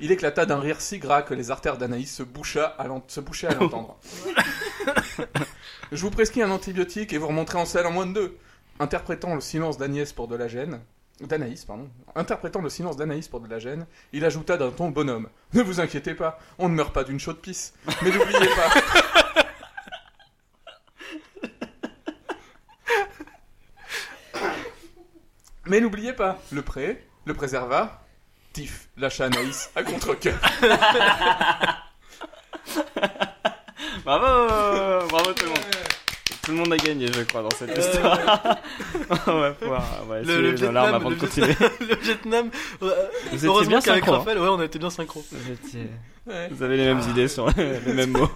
S4: Il éclata d'un rire si gras que les artères d'Anaïs se, boucha à l'en- se bouchaient à l'entendre. Je vous prescris un antibiotique et vous remonterez en selle en moins de deux. Interprétant le silence d'Agnès pour de la gêne, d'Anaïs, pardon. Interprétant le silence d'Anaïs pour de la gêne, il ajouta d'un ton bonhomme. Ne vous inquiétez pas, on ne meurt pas d'une chaude pisse. Mais n'oubliez pas. Mais n'oubliez pas, le pré, le préserva, Tif, lâcha Anaïs à contre-cœur.
S1: Bravo Bravo tout le monde Tout le monde a gagné, je crois, dans cette histoire. on va pouvoir. On va
S2: Euh. Le,
S1: essuyer
S2: le
S1: nos
S2: Vietnam,
S1: larmes avant de
S2: le
S1: continuer.
S2: Vietnam, le Vietnam, euh,
S1: Vous étiez
S2: Heureusement
S1: bien
S2: qu'avec
S1: synchro. hein.
S2: Raphaël, ouais, on a été bien synchro.
S1: Vous, étiez-
S4: Ouais.
S1: vous avez les
S2: Ah.
S1: mêmes idées sur les mêmes mots.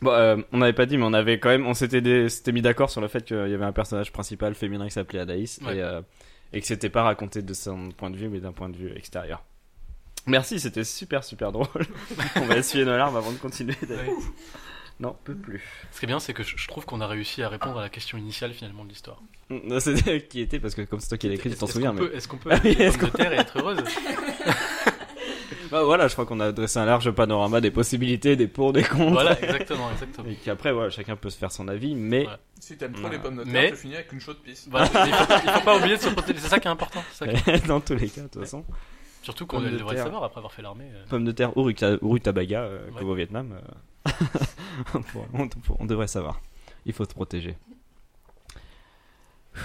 S1: Bon, euh, on n'avait pas dit, mais on avait quand même, on s'était dé- s'était mis d'accord sur le fait qu'il y avait un personnage principal féminin qui s'appelait Adaïs
S2: Ouais.
S1: et, euh, et que c'était pas raconté de son point de vue, mais d'un point de vue extérieur. Merci, c'était super super drôle. on va essuyer nos larmes avant de continuer. d'ailleurs.
S2: Ouais.
S1: Non, peut plus.
S2: Ce qui est bien, c'est que je je trouve qu'on a réussi à répondre à la question initiale finalement de l'histoire.
S1: Mm. Non, C'était qui était parce que comme c'est toi qui l'as écrit, tu t'en
S2: Est-ce
S1: souviens.
S2: qu'on
S1: Mais...
S2: peut- Est-ce qu'on peut
S1: Ah oui,
S2: être
S1: est-ce
S2: de terre et être heureuse
S1: Bah, voilà, je crois qu'on a dressé un large panorama des possibilités, des pour, des contre.
S2: Voilà, exactement, exactement.
S1: Et qu'après, voilà, chacun peut se faire son avis, mais
S2: Ouais.
S4: Si t'aimes trop
S1: Voilà.
S4: les pommes de terre,
S2: Mais-
S4: tu finis avec une chaude pisse.
S2: Voilà, mais il, faut, pas- il faut pas oublier de se protéger, c'est ça qui est important. c'est ça qui-
S1: dans tous les cas, de toute façon.
S2: Surtout qu'on
S1: Pomme de
S2: elle devrait le
S1: terre.
S2: savoir après avoir fait l'armée. euh.
S1: Pommes de terre ou ruta- ou rutabaga, euh,
S2: Ouais.
S1: comme au Vietnam, euh, on, pourra- on- on devrait savoir. Il faut se protéger.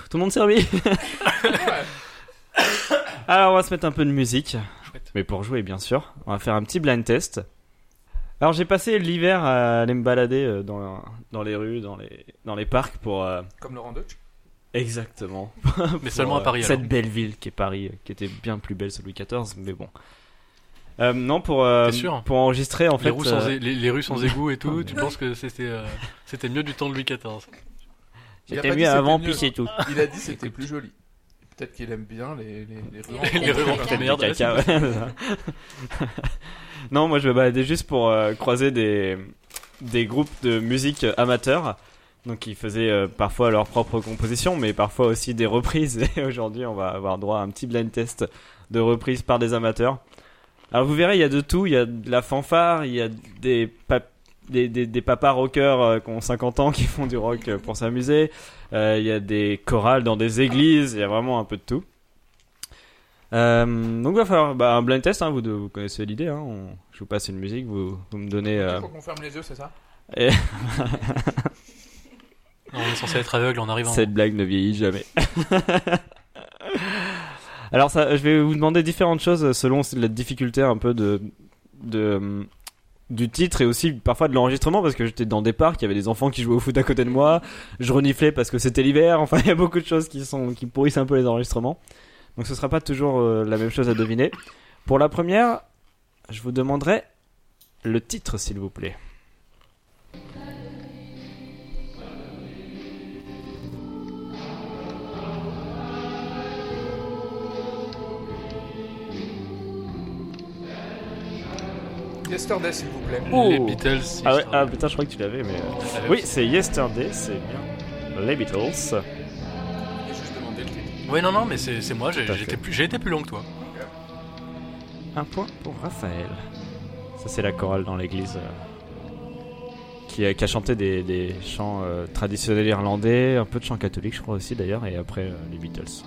S1: Tout le monde servi
S4: Ouais.
S1: Alors, on va se mettre un peu de musique.
S2: Chouette.
S1: Mais pour jouer, bien sûr, on va faire un petit blind test. Alors, j'ai passé l'hiver à aller me balader euh, dans, dans les rues, dans les, dans les parcs pour. euh,
S4: Comme Laurent Deutsch.
S1: Exactement.
S2: Mais seulement à Paris.
S1: euh, Cette
S2: alors.
S1: belle ville qui est Paris, euh, qui était bien plus belle sous Louis XIV, mais bon. Euh, non, pour, euh,
S2: T'es sûr hein
S1: pour enregistrer, en
S2: les,
S1: fait.
S2: rues sans,
S1: euh, Ah,
S2: é- les, les rues sans égouts et tout,
S1: mais-
S2: tu penses que c'était euh, c'était mieux du temps de Louis XIV
S4: Il a pas
S1: C'était
S4: dit
S1: mieux avant,
S4: c'était
S1: puis
S4: mieux.
S1: c'est tout.
S4: Il a dit c'était plus joli. Peut-être qu'il aime bien les, les, les rues.
S3: Les
S2: Les rues
S3: caca.
S2: remplies de
S3: Des
S2: merde.
S1: Des
S2: ouais,
S1: caca, ouais, c'est ça. non, moi je me baladais juste pour euh, croiser des, des groupes de musique euh, amateurs. Donc ils faisaient euh, parfois leurs propres compositions, mais parfois aussi des reprises. Et aujourd'hui, on va avoir droit à un petit blind test de reprises par des amateurs. Alors vous verrez, il y a de tout. Il y a de la fanfare, il y a des, pap- des, des, des papas rockers euh, qui ont 50 ans qui font du rock euh, pour s'amuser. Euh, Il y a des chorales dans des églises. Il y a vraiment un peu de tout. Euh, donc va falloir bah, un blind test, hein, vous, deux, vous connaissez l'idée, hein, on- je vous passe une musique, vous, vous me donnez... euh,
S4: Il faut qu'on ferme les yeux, c'est ça
S2: c'est- Non, on est censé être aveugle en arrivant.
S1: Cette blague ne vieillit jamais. Alors ça, je vais vous demander différentes choses selon la difficulté un peu de, de euh, du titre et aussi parfois de l'enregistrement parce que j'étais dans des parcs, il y avait des enfants qui jouaient au foot à côté de moi, je reniflais parce que c'était l'hiver. Enfin, il y a beaucoup de choses qui sont qui pourrissent un peu les enregistrements. Donc ce sera pas toujours euh, la même chose à deviner. Pour la première, je vous demanderai le titre s'il vous plaît.
S4: Yesterday, s'il vous plaît.
S1: Oh.
S2: Les Beatles. si
S1: Ah
S2: je
S1: ouais,
S2: te
S1: ah
S2: rappelle.
S1: putain, je crois que tu l'avais, mais. euh,
S2: Je l'avais
S1: Oui, c'est Yesterday, c'est bien. Les Beatles.
S4: J'ai juste demandé le titre.
S2: Ouais, non, non, mais c'est c'est moi, j'ai
S1: Tout à fait.
S2: j'étais plus- j'ai été plus long que toi.
S1: Un point pour Raphaël. Ça, c'est la chorale dans l'église. euh, Qui a, qui a chanté des, des chants euh, traditionnels irlandais, un peu de chants catholiques, je crois aussi d'ailleurs, et après euh, les Beatles.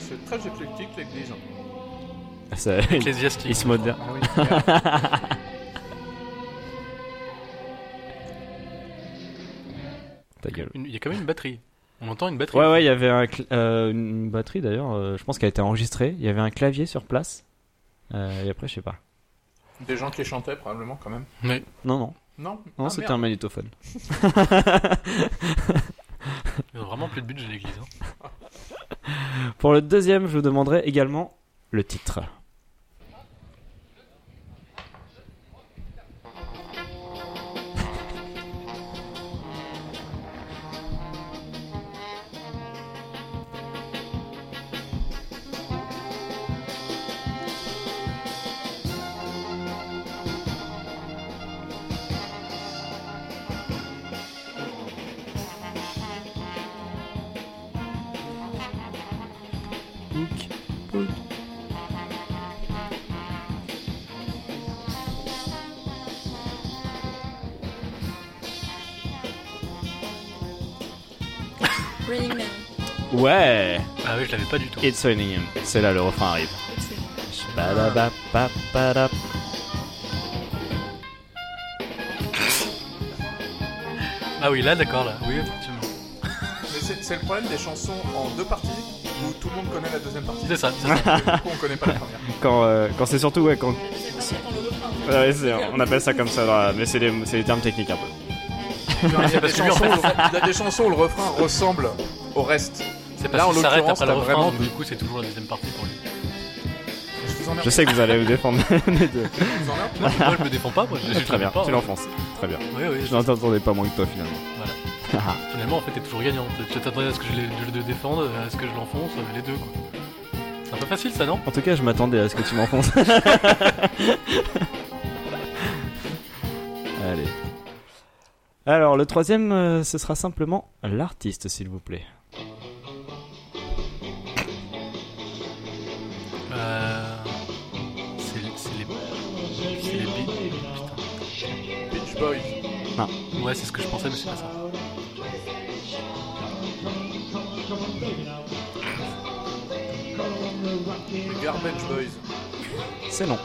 S4: C'est très éclectique, l'église. hein.
S1: Ça-
S2: Ecclésiastique.
S1: ils se modernent.
S4: Ah oui, c'est clair.
S1: Ta gueule.
S2: Une- Il y a quand même une batterie. On entend une batterie.
S1: Ouais, ouais, il y avait un cl- euh, une batterie d'ailleurs, euh, je pense qu'elle a été enregistrée. Il y avait un clavier sur place. Euh, et après, je sais pas.
S4: Des gens qui chantaient, probablement, quand même.
S2: Ouais.
S1: Non, non,
S4: Non
S1: non,
S4: Ah,
S1: c'était
S4: merde.
S1: un magnétophone.
S2: Ils ont vraiment plus de budget, l'église. hein.
S1: Pour le deuxième, je vous demanderai également le titre.
S3: Raining Man.
S1: Ouais,
S2: Ah oui, je l'avais pas du tout.
S1: It's Raining Men. C'est là le refrain arrive.
S3: Excellent.
S1: Shabadabapapara.
S2: Ah oui, là, d'accord, là. Oui, effectivement.
S4: Mais c'est c'est le problème des chansons en deux parties où tout le monde connaît la deuxième partie.
S2: C'est ça, c'est ça.
S4: Et du coup, on connaît pas la première.
S1: Quand, euh, quand c'est surtout, ouais, quand.
S3: La deuxième partie, quand le refrain.
S1: Ouais, c'est- on appelle ça comme ça, dans la- mais c'est les, c'est les termes techniques un peu.
S4: Il y a des
S2: parce que lui, en
S4: chansons
S2: fait-
S4: où le- il y a des chansons où le refrain ressemble au reste.
S2: C'est
S4: Là,
S2: parce
S4: en
S2: qu'il s'arrête
S4: l'occurrence,
S2: après le
S4: t'as
S2: refrain,
S4: vraiment
S2: donc, du coup, c'est toujours la deuxième partie pour lui.
S4: Je vous emmerde.
S1: Je sais que vous allez vous défendre les deux.
S4: Je vous emmerde.
S2: Non, moi, je me défends pas, moi. Je, je
S1: Très bien,
S2: pas,
S1: tu
S2: hein.
S1: l'enfonces. Très bien.
S2: Oui, oui,
S1: Je n'en t'entendais pas moins que toi finalement.
S2: Finalement, en fait, t'es toujours gagnant. Tu- Tu t'attendais à ce que je le, je le défende, à ce que je l'enfonce, euh, les deux, quoi. C'est un peu facile, ça, non
S1: En tout cas, je m'attendais à ce que tu m'enfonces. Allez. Alors, le troisième, euh, ce sera simplement l'artiste, s'il vous plaît.
S2: Euh... C'est les... C'est les... C'est les bi-
S4: Beach Boys.
S2: Putain. Ouais, c'est ce que je pensais, mais c'est pas ça.
S4: Les Garbage Boys.
S1: C'est non.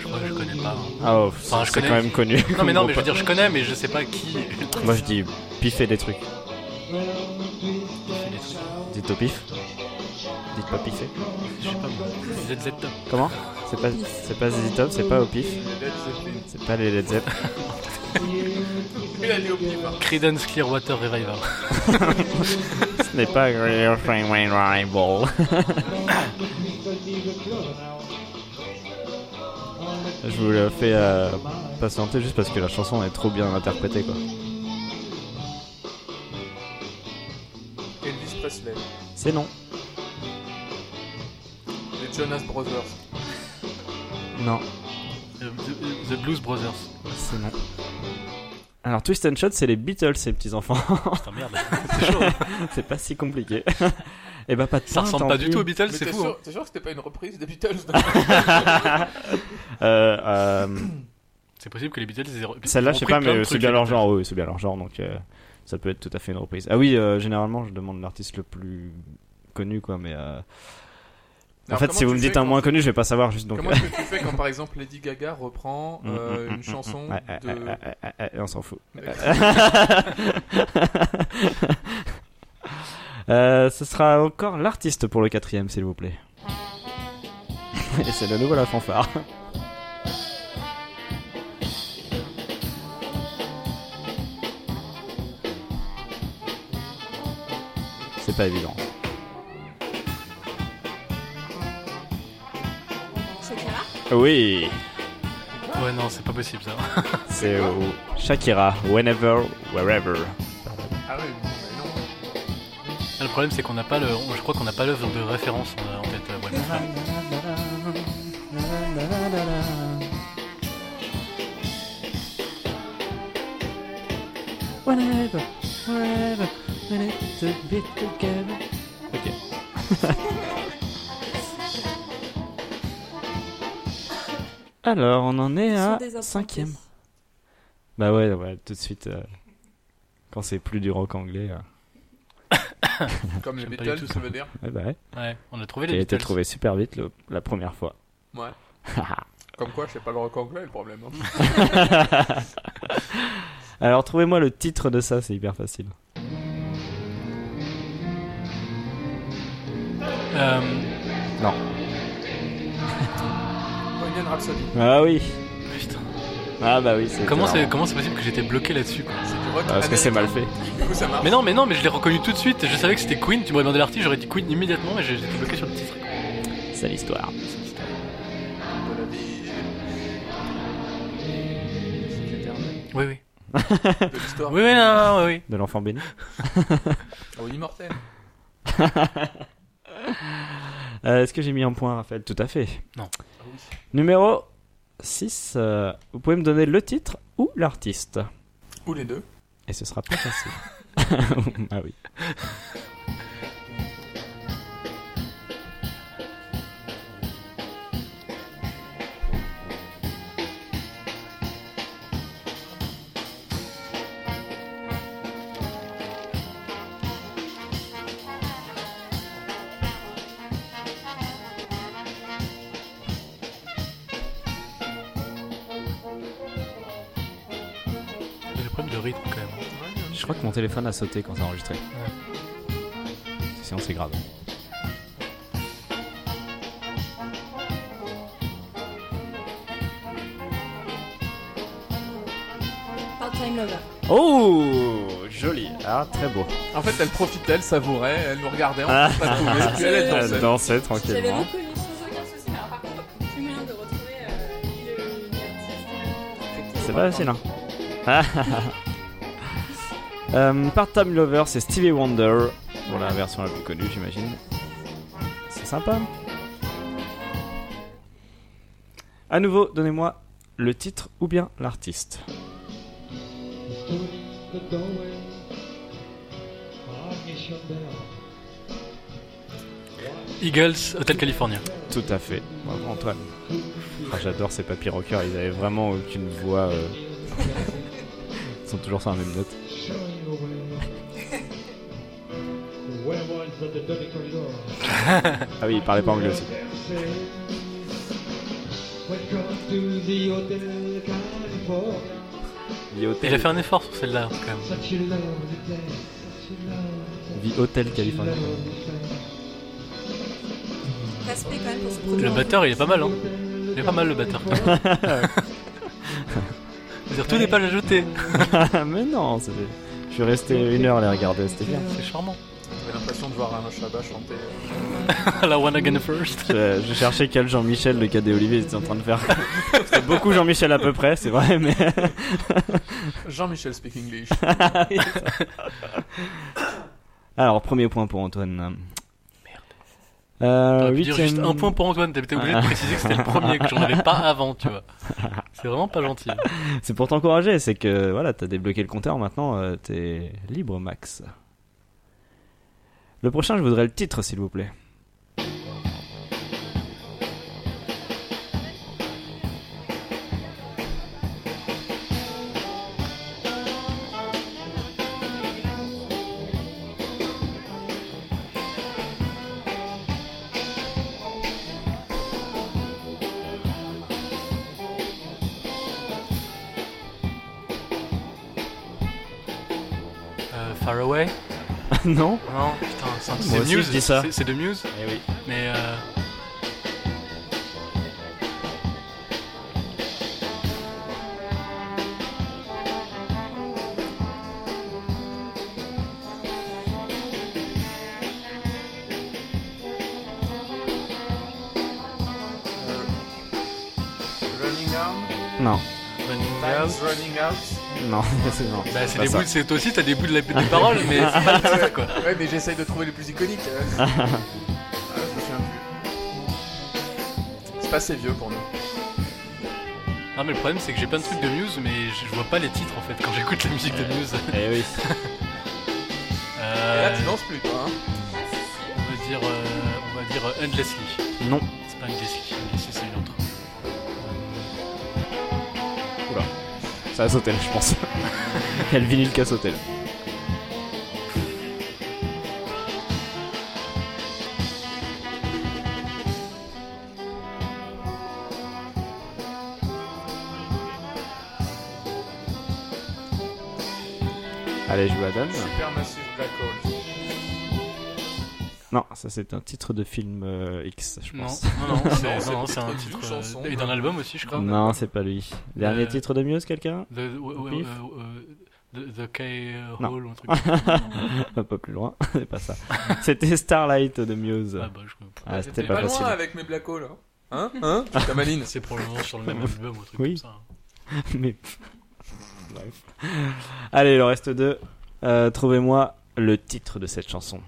S2: Je crois que je connais pas. hein.
S1: Ah, oh,
S2: Enfin, je
S1: c'est quand
S2: connais.
S1: même connu.
S2: Non, mais non, mais je veux dire, je connais, mais je sais pas qui...
S1: Moi, je dis piffer des trucs. Dites au pif. Dites pas piffer.
S2: Je sais pas, moi. ZZ Top.
S1: Comment C'est pas, c'est pas ZZ Top, c'est pas au pif,
S4: Les Led Zeppelin.
S1: c'est pas les Led Zepp.
S4: Il a dit au pif, hein.
S2: Creedence Clearwater Revival.
S1: Ce n'est pas Real Frame Rival. Je vous l'ai fait euh, patienter juste parce que la chanson est trop bien interprétée quoi.
S4: Elvis Presley.
S1: C'est non.
S4: Les Jonas Brothers.
S1: Non,
S2: Euh, The, The Blues Brothers.
S1: c'est non. Alors Twist and Shot c'est les Beatles ces petits enfants.
S2: Putain, merde. C'est chaud. hein.
S1: c'est pas si compliqué. Et bah pas de
S2: Ça
S1: point,
S2: ressemble
S1: tant
S2: pas du
S1: pis.
S2: tout aux Beatles,
S4: Mais
S2: c'est
S4: T'es
S2: fou. hein.
S4: sûr, t'es sûr que c'était pas une reprise des Beatles
S1: Euh, euh,
S2: C'est possible que les Beatles... ils aient repris-
S1: Celle-là,
S2: ils
S1: je
S2: ont
S1: sais
S2: pris
S1: pas,
S2: plein de
S1: mais c'est
S2: trucs,
S1: bien
S2: les
S1: leur
S2: Beatles.
S1: genre, oui, c'est bien leur genre, donc euh, ça peut être tout à fait une reprise. Ah oui, euh, généralement, je demande l'artiste le plus connu, quoi, mais euh, en
S4: Alors,
S1: fait,
S4: comment
S1: si vous
S4: tu
S1: me
S4: fais
S1: dites un
S4: quand-
S1: moins connu, je vais pas savoir, juste donc. euh, Mm,
S4: Comment est-ce que tu fais quand par exemple Lady Gaga reprend euh, une chanson
S1: Ouais, ouais, ouais,
S4: de.
S1: ouais, ouais, ouais, on s'en fout.
S4: Ah
S1: Euh, ce sera encore l'artiste pour le quatrième, s'il vous plaît. Et c'est de nouveau la fanfare. C'est pas évident.
S3: Shakira.
S1: Oui,
S2: Ouais, non, c'est pas possible, ça.
S1: C'est au Shakira, Whenever, Wherever.
S4: Ah oui, mais non.
S2: Ah, Le problème, c'est qu'on n'a pas le. on- Je crois qu'on n'a pas l'œuvre de référence en, en tête. euh, Wham.
S1: Whenever, wherever, when it's a bit together. Ok. Alors, on en est à cinquième. Bah ouais, ouais, tout de suite, euh, quand c'est plus du rock anglais. euh,
S4: Comme les
S2: J'aime pas du
S4: Beatles,
S2: tout ça.
S4: ça veut dire.
S1: Ouais, bah ouais.
S2: Ouais, on a trouvé
S1: Qui
S2: les
S1: a été
S2: Beatles.
S1: trouvé super vite le- la première fois.
S4: Ouais. Comme quoi, je sais pas le rock anglais, le problème. hein.
S1: Alors, trouvez-moi le titre de ça, c'est hyper facile.
S2: Euh,
S4: Bohemian Rhapsody,
S1: Ah oui
S2: putain.
S1: Ah bah oui, c'est.
S2: Comment c'est
S1: étonnant.
S2: comment c'est possible que j'étais bloqué là-dessus quoi
S4: c'est du rock.
S1: Ah, Parce que c'est mal fait.
S4: Du coup, ça marche.
S2: Mais non, mais non, mais je l'ai reconnu tout de suite. Je savais que c'était Queen. Tu m'aurais demandé l'artiste, j'aurais dit Queen immédiatement et j'ai- j'étais bloqué sur le titre.
S1: C'est l'histoire.
S4: De la vie. C'est éternel.
S2: Oui, oui.
S4: De l'histoire.
S2: Oui, oui, non, oui, oui.
S1: De l'enfant béni.
S4: Oh, immortel.
S1: Euh, Est-ce que j'ai mis un point, Raphaël Tout à fait.
S2: Non.
S1: Numéro 6. vous pouvez me donner le titre ou l'artiste.
S4: Ou les deux.
S1: Et ce sera pas facile. ah oui.
S2: J'ai le problème de rythme quand même.
S1: Je crois que mon téléphone a sauté quand ça a enregistré. Sinon, c'est grave.
S5: Part-time lover.
S1: Oh Joli. Ah, très beau.
S4: En fait, elle profitait, elle savourait, elle nous regardait, on
S1: Ah.
S4: ne pas trouver, puis elle
S1: Elle
S4: dansait.
S1: dansait
S5: J'avais
S1: tranquillement.
S5: reconnu sans aucun souci, mais alors par contre, plus moyen de retrouver euh, le- l'artiste.
S1: C'est pas facile, hein Ah, ah, ah. Euh, Part-Time Lover, c'est Stevie Wonder. Pour la version la plus connue, j'imagine. C'est sympa. À nouveau, donnez-moi le titre ou bien l'artiste.
S2: Eagles, Hotel California.
S1: Tout à fait. Bravo, Antoine. Ah, J'adore ces papy rockers, ils avaient vraiment aucune voix. euh. Ils sont toujours sur la même note. Ah oui, ils parlaient pas anglais aussi. The
S2: Il a
S1: Hotel,
S2: fait un effort sur celle-là quand même.
S1: The Hotel California.
S3: Respect quand même pour ce produit.
S2: Le batteur, il est pas mal, hein. Il est pas mal le batteur. C'est-à-dire, tout n'est pas ajouté.
S1: Ah, mais non, c'était- je suis resté une heure à les regarder, c'était bien.
S2: C'est charmant.
S4: J'avais l'impression de voir un Shabba chanter. euh,
S2: La one again first.
S1: Euh, Je, je cherchais quel Jean-Michel le cadet Olivier était en train de faire. C'était beaucoup Jean-Michel à peu près, c'est vrai, mais.
S4: Jean-Michel speak English. Euh,
S1: Alors, premier point pour Antoine. Euh, Merde.
S2: J'aurais pu dire juste un point pour Antoine. T'as été obligé de préciser que c'était le premier, que j'en avais pas avant, tu vois. C'est vraiment pas gentil.
S1: C'est pour t'encourager, c'est que voilà, t'as débloqué le compteur, maintenant euh, t'es libre, Max. Le prochain, je voudrais le titre, s'il vous plaît.
S2: Euh, far away
S1: non
S2: Non, putain, c'est un-
S1: Moi
S2: c'est
S1: aussi,
S2: Muse.
S1: je dis ça.
S2: C'est- C'est de Muse,
S1: Eh oui.
S2: mais euh,
S4: Running Arm,
S1: Non.
S2: Running out.
S4: Time's running out.
S1: Non, c'est bon.
S2: Bah, c'est
S1: pas
S2: des
S1: ça.
S2: bouts, c'est toi aussi, t'as des bouts de la des paroles, mais c'est pas tout ça, quoi.
S4: Ouais, mais j'essaye de trouver les plus iconiques. ah, je me souviens plus. C'est pas assez vieux pour nous.
S2: Non, mais le problème, c'est que j'ai plein de trucs de Muse, mais je je vois pas les titres en fait quand j'écoute la musique de Muse.
S1: Eh oui.
S4: Et là,
S2: Euh,
S4: tu danses plus, toi. Hein.
S2: on va dire, euh, on va dire euh, Endlessly.
S1: Non.
S2: C'est pas Endlessly, Endlessly c'est une autre.
S1: Ça a sauté, là, je pense. Il y a le vinyle qui a sauté. là. Allez, je vous la donne.
S4: Supermassive Black Hole.
S1: Non, ça c'est un titre de film euh, X, je
S2: Non,
S1: pense.
S2: non, non, c'est-
S4: c'est
S2: non, non, c'est un
S4: une
S2: titre
S4: chanson.
S2: euh, et d'un album aussi, je crois.
S1: Non, c'est pas lui. Dernier
S2: Euh,
S1: titre de Muse, quelqu'un
S2: The, ouais, ouais,
S1: Beef.
S2: euh, euh, the, the K
S1: Non.
S2: Hole ou un truc. ah
S1: Un peu plus loin, c'est pas ça. C'était Starlight de Muse.
S2: bah, je comprends.
S1: Ah, c'était
S4: J'étais
S1: pas,
S4: loin
S1: facile.
S4: avec mes Black Hole. Hein, hein, hein Putain, Maline.
S2: euh, C'est probablement sur le même album ou un truc
S1: Oui.
S2: comme ça.
S1: Mais. Bref. Allez, le reste de. euh, Trouvez-moi le titre de cette chanson.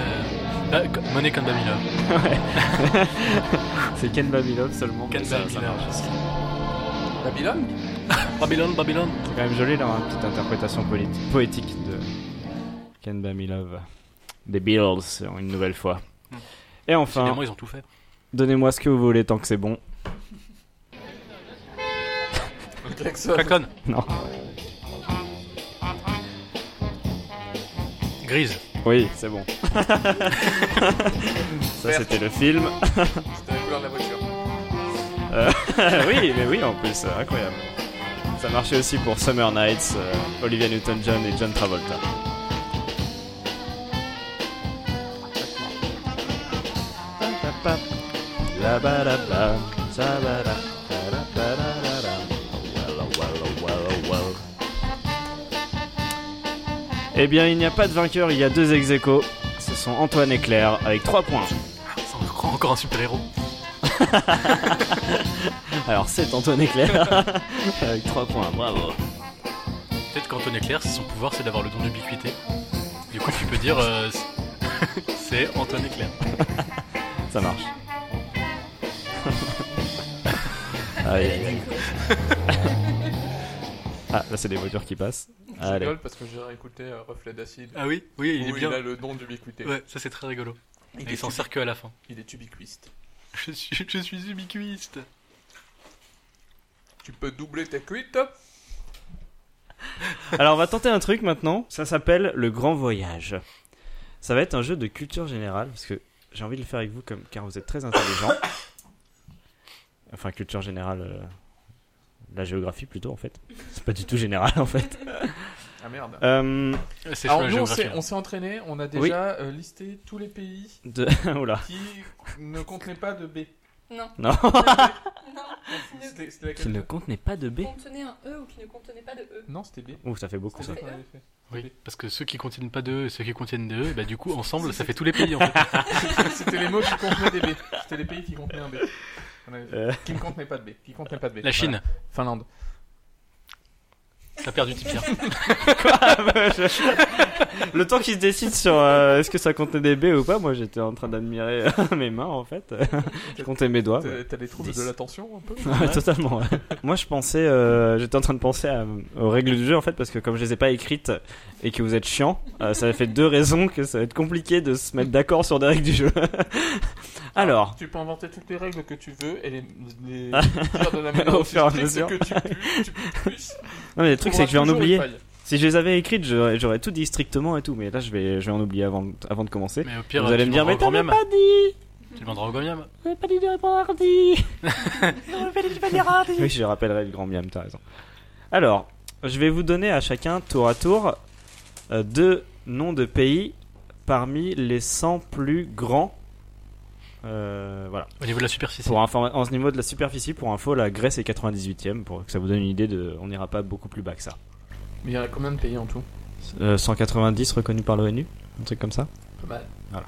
S2: Euh, bah, Money Can Buy Me Love.
S1: C'est Ken Babylon seulement.
S2: Ken
S1: mais ça- ça
S2: Babylon.
S1: marche.
S4: Babylone
S2: Babylone, Babylone.
S1: C'est quand même joli d'avoir une petite interprétation politi- poétique de Ken Babylon. Des Beatles, une nouvelle fois.
S2: Mm.
S1: Et enfin,
S2: Finalement, ils ont tout fait.
S1: donnez-moi ce que vous voulez tant que c'est bon.
S4: Le klaxon.
S2: Kraken,
S1: Non.
S2: Grise.
S1: Oui, c'est bon. Ça,
S4: Verte.
S1: c'était le film.
S4: C'était la couleur de la voiture.
S1: Ah oui, mais oui, en plus, euh, incroyable. Ça marchait aussi pour Summer Nights, euh, Olivia Newton-John et John Travolta. Zabarabam, zabarabam, zabarabam. Walla, walla, walla, walla. Eh bien, il n'y a pas de vainqueur, il y a deux ex aequo. Ce sont Antoine et Claire avec 3 points.
S2: C'est encore, encore un super héros.
S1: Alors, c'est Antoine et Claire avec 3 points, bravo.
S2: Peut-être qu'Antoine Claire, son pouvoir, c'est d'avoir le don d'ubiquité. Du coup, tu peux dire. euh, c'est- c'est Antoine Claire.
S1: Ça marche. Aïe, aïe, aïe. Ah, là, c'est des voitures qui passent.
S4: Je
S1: Allez.
S4: rigole parce que j'ai réécouté euh, Reflet d'acide.
S2: Ah oui, oui, il
S4: où
S2: est bien.
S4: a le don d'ubiquité.
S2: Ouais, ça c'est très rigolo.
S4: Il,
S2: Et il
S4: est
S2: s'en
S4: tubi-
S2: sert que à la fin.
S4: il est ubiquiste.
S2: Je suis, je suis ubiquiste.
S4: Tu peux doubler ta cuite
S1: Alors, on va tenter un truc maintenant. Ça s'appelle le grand voyage. Ça va être un jeu de culture générale parce que j'ai envie de le faire avec vous comme, car vous êtes très intelligents. Enfin, culture générale. euh, La géographie plutôt en fait. C'est pas du tout général en fait.
S4: Ah merde.
S1: Euh,
S2: Euh, C'est chaud
S4: Alors
S2: la
S4: nous, on
S2: géographie.
S4: s'est-
S2: hein.
S4: on s'est entraîné, on a déjà
S1: Oui.
S4: euh, listé tous les pays
S1: de... Oula.
S4: qui ne contenaient pas de B.
S3: Non,
S1: Non.
S3: non,
S4: C'était c'était laquelle
S1: Qui ne contenait pas de B.
S3: qui contenait un E ou qui ne contenait pas de E.
S4: Non, c'était B.
S1: Ouh, ça fait beaucoup ça.
S4: C'était B qu'on avait fait.
S2: Oui, parce que ceux qui contiennent pas de E et ceux qui contiennent de E, bah du coup, ensemble, ça fait tous les pays en fait.
S4: Ah, C'était les mots qui contenaient des B. C'était les pays qui contenaient un B. On avait fait.
S1: Euh.
S4: Qui ne contenaient pas de B. Qui contenaient pas de B.
S2: La Chine,
S4: Voilà. Finlande.
S2: t'as perdu Tipierre.
S1: Je- Le temps qui se décide sur euh, est-ce que ça comptait des baies ou pas, moi j'étais en train d'admirer euh, mes mains en fait. je comptais mes doigts. Ah, ouais.
S4: T'as t'as des troubles
S1: Dix.
S4: de l'attention un peu
S1: Ouais, Totalement. ouais. Moi je pensais, euh, j'étais en train de penser à- aux règles du jeu en fait parce que comme je les ai pas écrites et que vous êtes chiants, euh, ça fait deux raisons que ça va être compliqué de se mettre d'accord sur des règles du jeu. Alors,
S4: Tu peux inventer toutes les règles que tu veux et les, les dire de la manière
S1: Ah. Au
S4: aussi
S1: fur et à
S4: stricte
S1: mesure.
S4: que tu puisses. Tu puisses
S1: non mais le truc c'est que je vais en
S4: Trouveras toujours
S1: oublier.
S4: une faille.
S1: Si je les avais écrites, j'aurais j'aurais tout dit strictement et tout, mais là je vais, je vais en oublier avant, avant de commencer.
S2: Mais au pire,
S1: vous allez
S2: tu
S1: me dire, mais t'en
S2: demanderas
S1: as
S2: au
S1: pas dit
S2: Tu demanderas au grand miam.
S1: J'avais pas dit de répondre à Hardy Oui, je rappellerai le grand miam, t'as raison. Alors, je vais vous donner à chacun, tour à tour, euh, deux noms de pays parmi les 100 plus grands Euh, voilà.
S2: Au niveau de la superficie.
S1: Pour informa- en ce niveau de la superficie, pour info, la Grèce est 98ème, pour que ça vous donne une idée de. On n'ira pas beaucoup plus bas que ça.
S4: Mais il y en a combien de pays en tout
S1: Euh, 190 reconnu par l'ONU, un truc comme ça.
S4: Pas mal.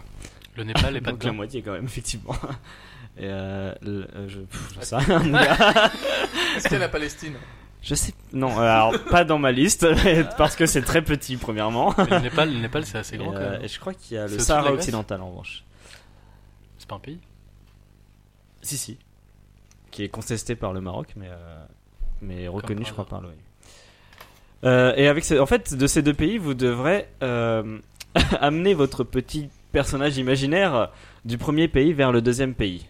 S2: Le Népal est pas
S1: Donc la
S2: dedans.
S1: moitié quand même, effectivement. Et euh, le- euh, je, pff, j'en sais rien, mon gars.
S4: Est-ce qu'il y a la Palestine
S1: Je sais. Non, euh, alors pas dans ma liste mais parce que c'est très petit premièrement.
S2: Mais Le Népal, le Népal c'est assez
S1: Et,
S2: grand quand
S1: euh,
S2: même. hein.
S1: et je crois qu'il y a
S2: C'est
S1: le
S2: au-dessus de
S1: Sahara
S2: la Grèce
S1: occidental en revanche.
S2: C'est pas un pays.
S1: Si si. Qui est contesté par le Maroc, mais euh, mais reconnu
S2: par
S1: je crois
S2: hasard.
S1: par l'ONU. Euh, et avec ce- en fait de ces deux pays, vous devrez euh, amener votre petit personnage imaginaire du premier pays vers le deuxième pays.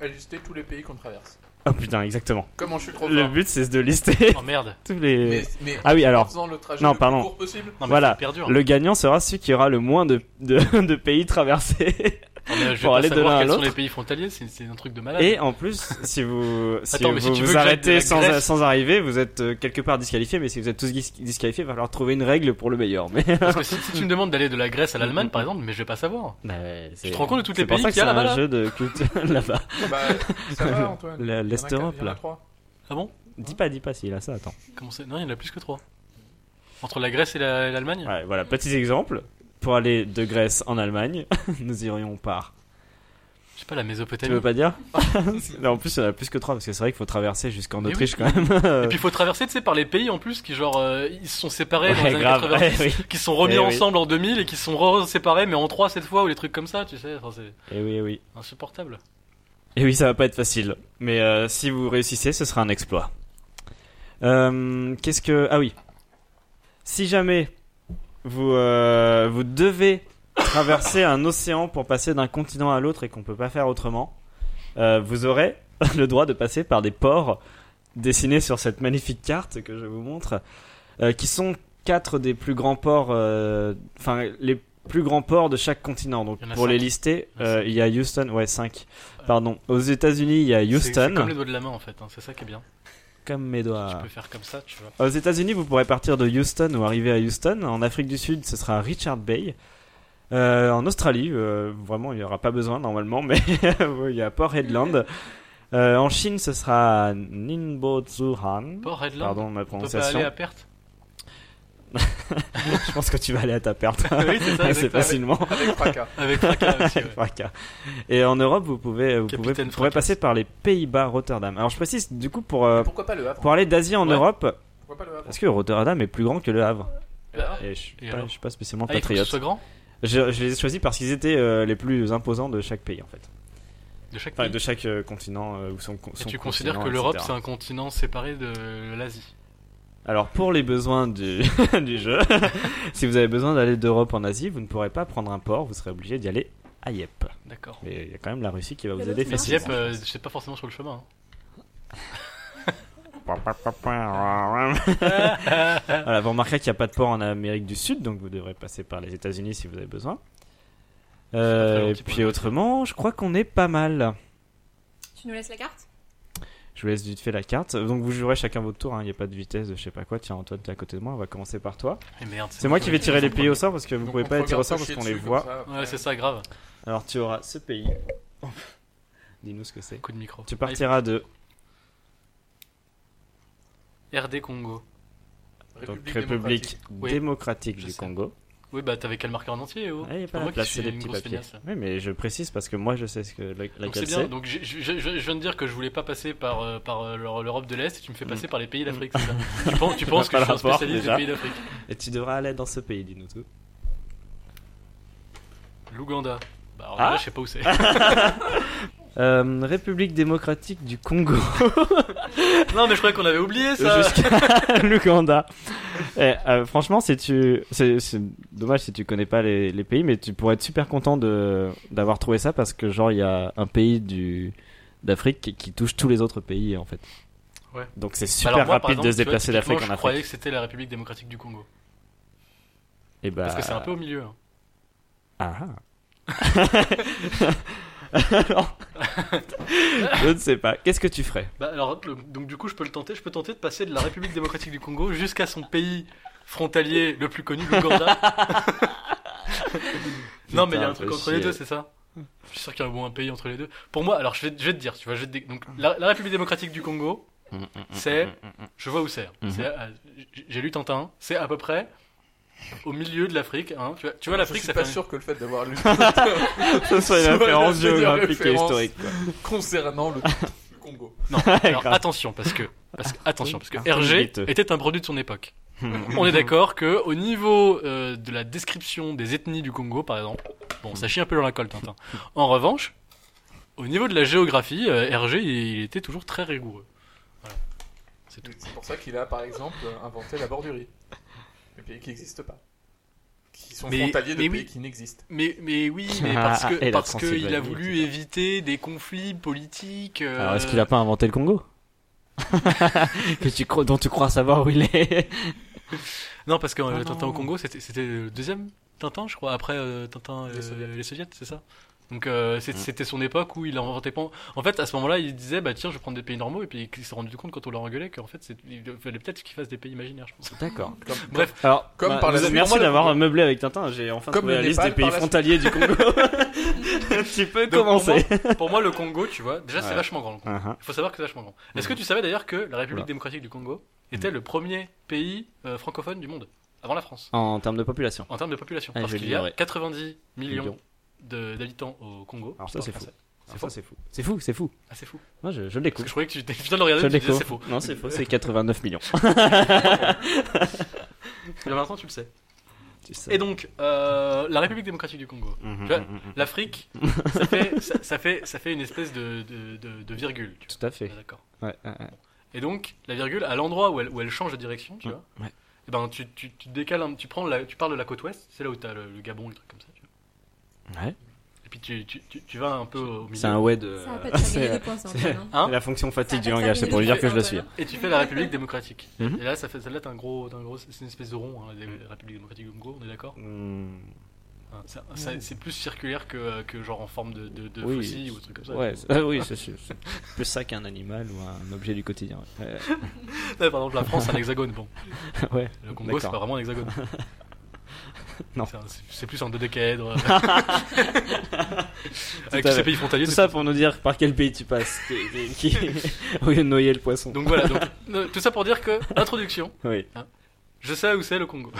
S4: À lister tous les pays qu'on traverse.
S1: Oh putain, exactement.
S4: Comment je suis trop
S1: Le
S4: fort
S1: but c'est de lister
S2: Oh merde.
S1: tous les.
S4: mais, mais
S1: Ah oui,
S4: en
S1: alors
S4: faisant le trajet
S1: non,
S4: le
S1: pardon.
S4: plus court possible
S2: Non, mais
S1: Voilà.
S2: c'est perdu. hein.
S1: le gagnant sera celui qui aura le moins de, de, de pays traversés.
S2: Non, mais je vais
S1: Pour
S2: pas
S1: aller de
S2: savoir
S1: l'un à
S2: quels sont
S1: l'autre.
S2: les pays frontaliers, c'est c'est un truc de malade.
S1: Et en plus, si vous si
S2: Attends,
S1: vous,
S2: mais si tu veux que
S1: vous
S2: j'aille de la
S1: arrêtez sans,
S2: Grèce-
S1: sans arriver, vous êtes euh, quelque part disqualifié. Mais si vous êtes tous dis- disqualifiés, il va falloir trouver une règle pour le meilleur. Mais
S2: Parce que si, si tu me demandes d'aller de la
S1: Mm-hmm.
S2: Grèce à l'Allemagne par exemple, mais je vais pas savoir.
S1: tu
S2: te rends compte de tous les
S1: pour
S2: pays
S1: ça
S2: qu'il y a
S1: que Bah, c'est
S2: là-bas,
S1: un jeu de culture là-bas.
S4: Bah, ça va, Antoine.
S1: Le-
S4: Il y en a
S1: l'Est
S4: quatre,
S1: Europe,
S4: il y en a
S1: là.
S4: trois.
S2: Ah bon
S1: Dis pas, dis pas s'il a ça. Attends.
S2: Comment c'est Non, il y en a plus que trois. Entre la Grèce et la- et l'Allemagne
S1: Ouais, voilà, petits exemples. Pour aller de Grèce en Allemagne, nous irions par.
S2: Je sais pas, la
S1: Tu
S2: Mésopotamie.
S1: veux pas dire Non, En plus, il y en a plus que trois parce que c'est vrai qu'il faut traverser jusqu'en
S2: Mais oui.
S1: Autriche quand même.
S2: Et puis il faut traverser, tu sais, par les pays en plus qui, genre, euh, ils se sont séparés dans les
S1: Ouais,
S2: années
S1: grave.
S2: 90,
S1: ouais, oui.
S2: qui se sont remis
S1: Eh oui.
S2: ensemble en 2000 et qui se sont re-séparés, mais en 3 cette fois, ou des trucs comme ça, tu sais, enfin, c'est
S1: Et oui, eh oui.
S2: insupportable.
S1: Et oui, ça va pas être facile. Mais euh, si vous réussissez, ce sera un exploit. Euh, Qu'est-ce que. Ah oui. Si jamais vous, euh, vous devez traverser un océan pour passer d'un continent à l'autre et qu'on peut pas faire autrement, euh, vous aurez le droit de passer par des ports dessinés sur cette magnifique carte que je vous montre, euh, qui sont quatre des plus grands ports, euh, enfin les plus grands ports de chaque continent. Donc
S2: Il y en a
S1: pour les
S2: cinq.
S1: lister,
S2: Il y en a
S1: euh, il y a Houston, ouais 5. Pardon, aux États-Unis, il y a
S2: C'est-
S1: Houston, Ah.
S2: C'est comme les doigts de la main en fait, hein, c'est ça qui est bien.
S1: comme mes doigts.
S2: Tu peux faire comme ça, tu vois.
S1: Aux États-Unis, vous pourrez partir de Houston ou arriver à Houston. En Afrique du Sud, ce sera Richard Bay. Euh, en Australie, euh, vraiment, il n'y aura pas besoin normalement, mais il y a Port Headland. Euh, en Chine, ce sera Ningbo-Zhuan.
S2: Port Headland,
S1: Pardon ma
S2: on peut pas
S1: prononciation.
S2: aller à perte
S1: Je pense que tu vas aller à ta perte
S2: Ah Oui, c'est ça,
S1: assez
S2: exactement.
S1: facilement.
S4: Avec Fracas.
S2: Avec fracas aussi, ouais.
S1: Fracas. Et en Europe, vous pouvez, vous pouvez,
S2: Capitaine
S1: vous pourrez
S2: Fracas.
S1: passer par les Pays-Bas, Rotterdam. Alors je précise, du coup, pour, euh,
S4: Pourquoi pas le Havre
S1: pour aller d'Asie en
S2: Ouais.
S1: Europe,
S4: Pourquoi pas le Havre Eh ben,
S1: Parce que Rotterdam est plus grand que le Havre.
S4: Et alors
S1: Et je suis,
S2: Et
S1: pas,
S2: alors
S1: je suis pas spécialement
S2: Ah, il faut que ce
S1: patriote.
S2: soit grand
S1: Je, je les ai choisis parce qu'ils étaient euh, les plus imposants de chaque pays en fait.
S2: de chaque
S1: Enfin,
S2: pays.
S1: de chaque euh, continent euh, ou son, co-
S2: Et
S1: son
S2: tu considères
S1: continent,
S2: que l'Europe
S1: etc.
S2: c'est un continent séparé de l'Asie
S1: Alors pour les besoins du, du jeu, si vous avez besoin d'aller d'Europe en Asie, vous ne pourrez pas prendre un port, vous serez obligé d'y aller à Yep.
S2: D'accord.
S1: Mais il y a quand même la Russie qui va vous
S5: Mais
S1: aider
S5: l'autre, c'est
S1: facilement.
S2: Dieppe, euh, je sais pas forcément sur le chemin. hein.
S1: Voilà, vous remarquerez qu'il n'y a pas de port en Amérique du Sud, donc vous devrez passer par les États-Unis si vous avez besoin.
S2: très
S1: Euh,
S2: gentil
S1: et
S2: pour les
S1: puis autrement, je crois qu'on est pas mal.
S3: Tu nous laisses la carte
S1: Je vous laisse vite fait la carte. Donc vous jouerez chacun votre tour, hein. il n'y a pas de vitesse, de je sais pas quoi. Tiens, Antoine, t'es à côté de moi, on va commencer par toi.
S2: Et merde,
S1: C'est moi qui vais tirer les
S2: Ouais,
S1: pays au sort parce que vous
S4: Donc,
S1: pouvez
S4: on
S1: pas les tirer au
S4: regarde
S1: sort
S4: pas
S1: parce
S4: chier
S1: qu'on les
S4: dessus,
S1: voit.
S4: comme ça, après.
S2: Ouais, c'est ça, grave.
S1: Alors tu auras ce pays. Dis-nous ce que c'est.
S2: Coup de micro.
S1: Tu partiras de
S2: Allez, RD Congo.
S1: donc,
S4: République démocratique.
S1: République
S2: Oui,
S1: démocratique
S2: je
S1: du
S2: sais.
S1: Congo.
S2: Oui, bah t'avais qu'à le marquer en entier, oh.
S1: Ah, il n'y a
S2: Enfin,
S1: pas la
S2: moi qui
S1: place,
S2: suis
S1: c'est des
S2: une
S1: petits
S2: grosse
S1: papiers.
S2: feignasse, là.
S1: Oui, mais je précise parce que moi je sais ce que la-
S2: Donc c'est
S1: laquelle
S2: bien,
S1: c'est.
S2: donc j'ai- je, je- je- je viens de dire que je voulais pas passer par, euh, par euh, l'Euro- l'Europe de l'Est et tu me fais passer par les pays d'Afrique, c'est ça Tu penses, tu penses que
S1: Mm. pas
S2: je
S1: le
S2: suis un
S1: rapport,
S2: spécialiste des
S1: déjà.
S2: pays d'Afrique
S1: Et tu devras aller dans ce pays, dis-nous tout.
S2: L'Ouganda. Bah alors
S1: Ah.
S2: déjà, je sais pas où c'est.
S1: Euh, République démocratique du Congo
S2: non mais je croyais qu'on avait oublié ça
S1: jusqu'à l'Ouganda. Eh, euh, franchement, si tu, c'est c'est dommage si tu connais pas les, les pays, mais tu pourrais être super content de d'avoir trouvé ça parce que genre il y a un pays du d'Afrique qui, qui touche tous les autres pays en fait.
S2: Ouais.
S1: Donc c'est
S2: Bah,
S1: super
S2: alors, moi, par
S1: rapide de se
S2: exemple, tu vois,
S1: déplacer d'Afrique en
S2: typiquement, Je
S1: Afrique.
S2: croyais que c'était la République démocratique du Congo.
S1: Et bah,
S2: Parce que c'est un peu au milieu. hein.
S1: Ah. Alors, je ne sais pas. Qu'est-ce que tu ferais
S2: Bah alors, le- donc du coup, je peux le tenter. Je peux tenter de passer de la République démocratique du Congo jusqu'à son pays frontalier le plus connu, l'Ouganda. non, mais il y a un truc entre les deux, c'est ça Je suis sûr qu'il y a un bon un pays entre les deux. Pour moi, alors je vais, je vais te dire, tu vois, je vais te dé- donc, la, la République démocratique du Congo, c'est, je vois où c'est. hein.
S1: Mhm.
S2: C'est à- j- J'ai lu Tintin, c'est à peu près au milieu de l'Afrique. hein. Tu vois, tu vois
S4: Je
S2: l'Afrique,
S4: suis
S2: ça
S4: pas
S2: fait.
S4: sûr que le fait d'avoir lu
S1: Ce soit une
S4: Soit la
S1: référence
S4: meilleure
S1: géographique et
S4: référence.
S1: historique.
S4: concernant le, le Congo.
S2: un- Non, alors
S1: Grave. Ah,
S2: attention parce que, parce que attention parce que
S1: Arthur Guiteux.
S2: Hergé était un produit de son époque. On est d'accord que au niveau euh, de la description des ethnies du Congo, par exemple, bon, ça chie un peu dans la colle, Tintin. En revanche, au niveau de la géographie, euh, Hergé, il, il était toujours très rigoureux. Voilà. C'est tout.
S4: C'est pour ça qu'il a, par exemple, inventé la bordurie. Des pays qui n'existent pas. Qui sont
S2: Mais-
S4: frontaliers de
S2: mais
S4: pays
S2: oui.
S4: qui n'existent.
S2: Mais, mais oui, mais
S1: Ah,
S2: parce
S1: ah, et
S2: que
S1: la
S2: parce
S1: Transylvanie,
S2: qu'il a voulu
S1: etc.
S2: éviter des conflits politiques. euh,
S1: Alors, est-ce qu'il a pas inventé le Congo que tu crois, dont tu crois savoir où il est.
S2: Non, parce que euh,
S1: Ah,
S2: le Tintin
S1: non.
S2: au Congo, c'était c'était le deuxième Tintin, je crois, après euh, Tintin euh,
S4: Les Soviets.
S2: les Soviets, c'est ça donc euh,
S1: Mm.
S2: c'est- c'était son époque où il inventait pas. En fait, à ce moment-là, il disait bah tiens, je vais prendre des pays normaux et puis il s'est rendu compte quand on l'a engueulé qu'en fait, c'est- il fallait peut-être qu'il fasse des pays imaginaires, je pense.
S1: D'accord.
S4: Comme-
S2: Bref,
S1: Alors,
S4: Comme
S1: bah,
S4: par la
S1: vous-
S4: suite,
S1: merci
S4: moi, le
S1: d'avoir
S4: Congo.
S1: meublé avec Tintin. J'ai enfin
S4: Comme
S1: trouvé
S4: le
S1: la liste
S4: Népal
S1: des pays
S4: par la suite.
S1: frontaliers du Congo. tu peux
S2: donc,
S1: commencer.
S2: Pour moi, pour moi, le Congo, tu vois, déjà
S1: Ouais.
S2: c'est vachement grand.
S1: Ah,
S2: Il faut savoir que c'est vachement grand. Est-ce que tu savais d'ailleurs que la République
S1: Oula. Mm.
S2: démocratique du Congo était le premier pays euh, francophone du monde avant la France
S1: ah. En termes de population.
S2: en termes de population
S1: Ah,
S2: parce
S1: je
S2: qu'il y a
S1: l'ignorais.
S2: 90 millions
S1: Millions.
S2: de- d'habitants au Congo.
S1: Alors ça,
S2: Enfin, ah,
S1: c'est fou.
S2: C'est
S1: Ça,
S2: faux.
S1: c'est fou. C'est fou, c'est fou.
S2: Ah, c'est fou.
S1: Moi, je, je le
S2: Parce que
S1: découvre.
S2: je croyais que tu étais- je viens de le regarder,
S1: Je
S2: Ah tu
S1: le
S2: me disais, c'est faux.
S1: découvre. Non, c'est faux, c'est 89 millions.
S2: Et là, maintenant, tu le sais.
S1: Tu sais.
S2: Et donc, euh, la République démocratique du Congo.
S1: Mhm,
S2: tu vois,
S1: mhm, mhm.
S2: L'Afrique, ça fait, ça, ça fait, ça fait une espèce de, de, de- de virgule. tu vois.
S1: Tout à fait.
S2: Ah, D'accord.
S1: Ouais, ouais, ouais.
S2: Et donc, la virgule, à l'endroit où elle, où elle change de direction, tu
S1: Mm,
S2: vois,
S1: ouais.
S2: et ben, tu, tu, tu décales, un- tu, prends la- tu pars de la côte ouest, c'est là où tu as le, le Gabon, le truc comme ça. tu vois.
S1: Ouais.
S2: Et puis tu, tu, tu, tu vas un peu au milieu.
S1: C'est un ouais de.
S5: Ça va pas te faire
S1: c'est- euh,
S5: gagner de points, c'est
S1: c'est-
S5: Antoine, hein.
S2: Hein
S1: la fonction
S5: Ça
S1: fatigue
S5: va
S1: du
S5: pas te
S1: langage,
S5: faire
S1: c'est pour lui dire
S5: gagner
S1: que
S5: de
S1: je la
S5: points,
S1: suis.
S5: Antoine, hein.
S2: Et tu fais la République démocratique.
S1: Mhm.
S2: Et là, ça fait, celle-là, t'as un gros, t'as un gros, c'est une espèce de rond, hein, la la République démocratique du Congo, on est d'accord
S1: Hmm.
S2: Hein, ça- ça- C'est plus circulaire que, euh, que genre en forme de, de, de
S1: Oui.
S2: faucille ou un truc comme ça.
S1: Ouais, c'est- oui, c'est sûr. C'est plus ça qu'un animal ou un objet du quotidien. Ouais,
S2: Ouais, par exemple, la France, c'est un hexagone. Bon,
S1: Ouais, ouais.
S2: le Congo, c'est
S1: D'accord.
S2: pas vraiment un hexagone.
S1: Non.
S2: C'est un- C'est c'est plus un dodécaèdre.
S1: à
S2: Avec tous
S1: fait.
S2: ces pays frontaliers.
S1: Tout
S2: c'est
S1: ça pour nous dire par quel pays tu passes. qui- qui- Au lieu de noyer le poisson.
S2: Donc voilà, donc, euh, tout ça pour dire que, introduction,
S1: Oui.
S2: je sais où c'est le Congo.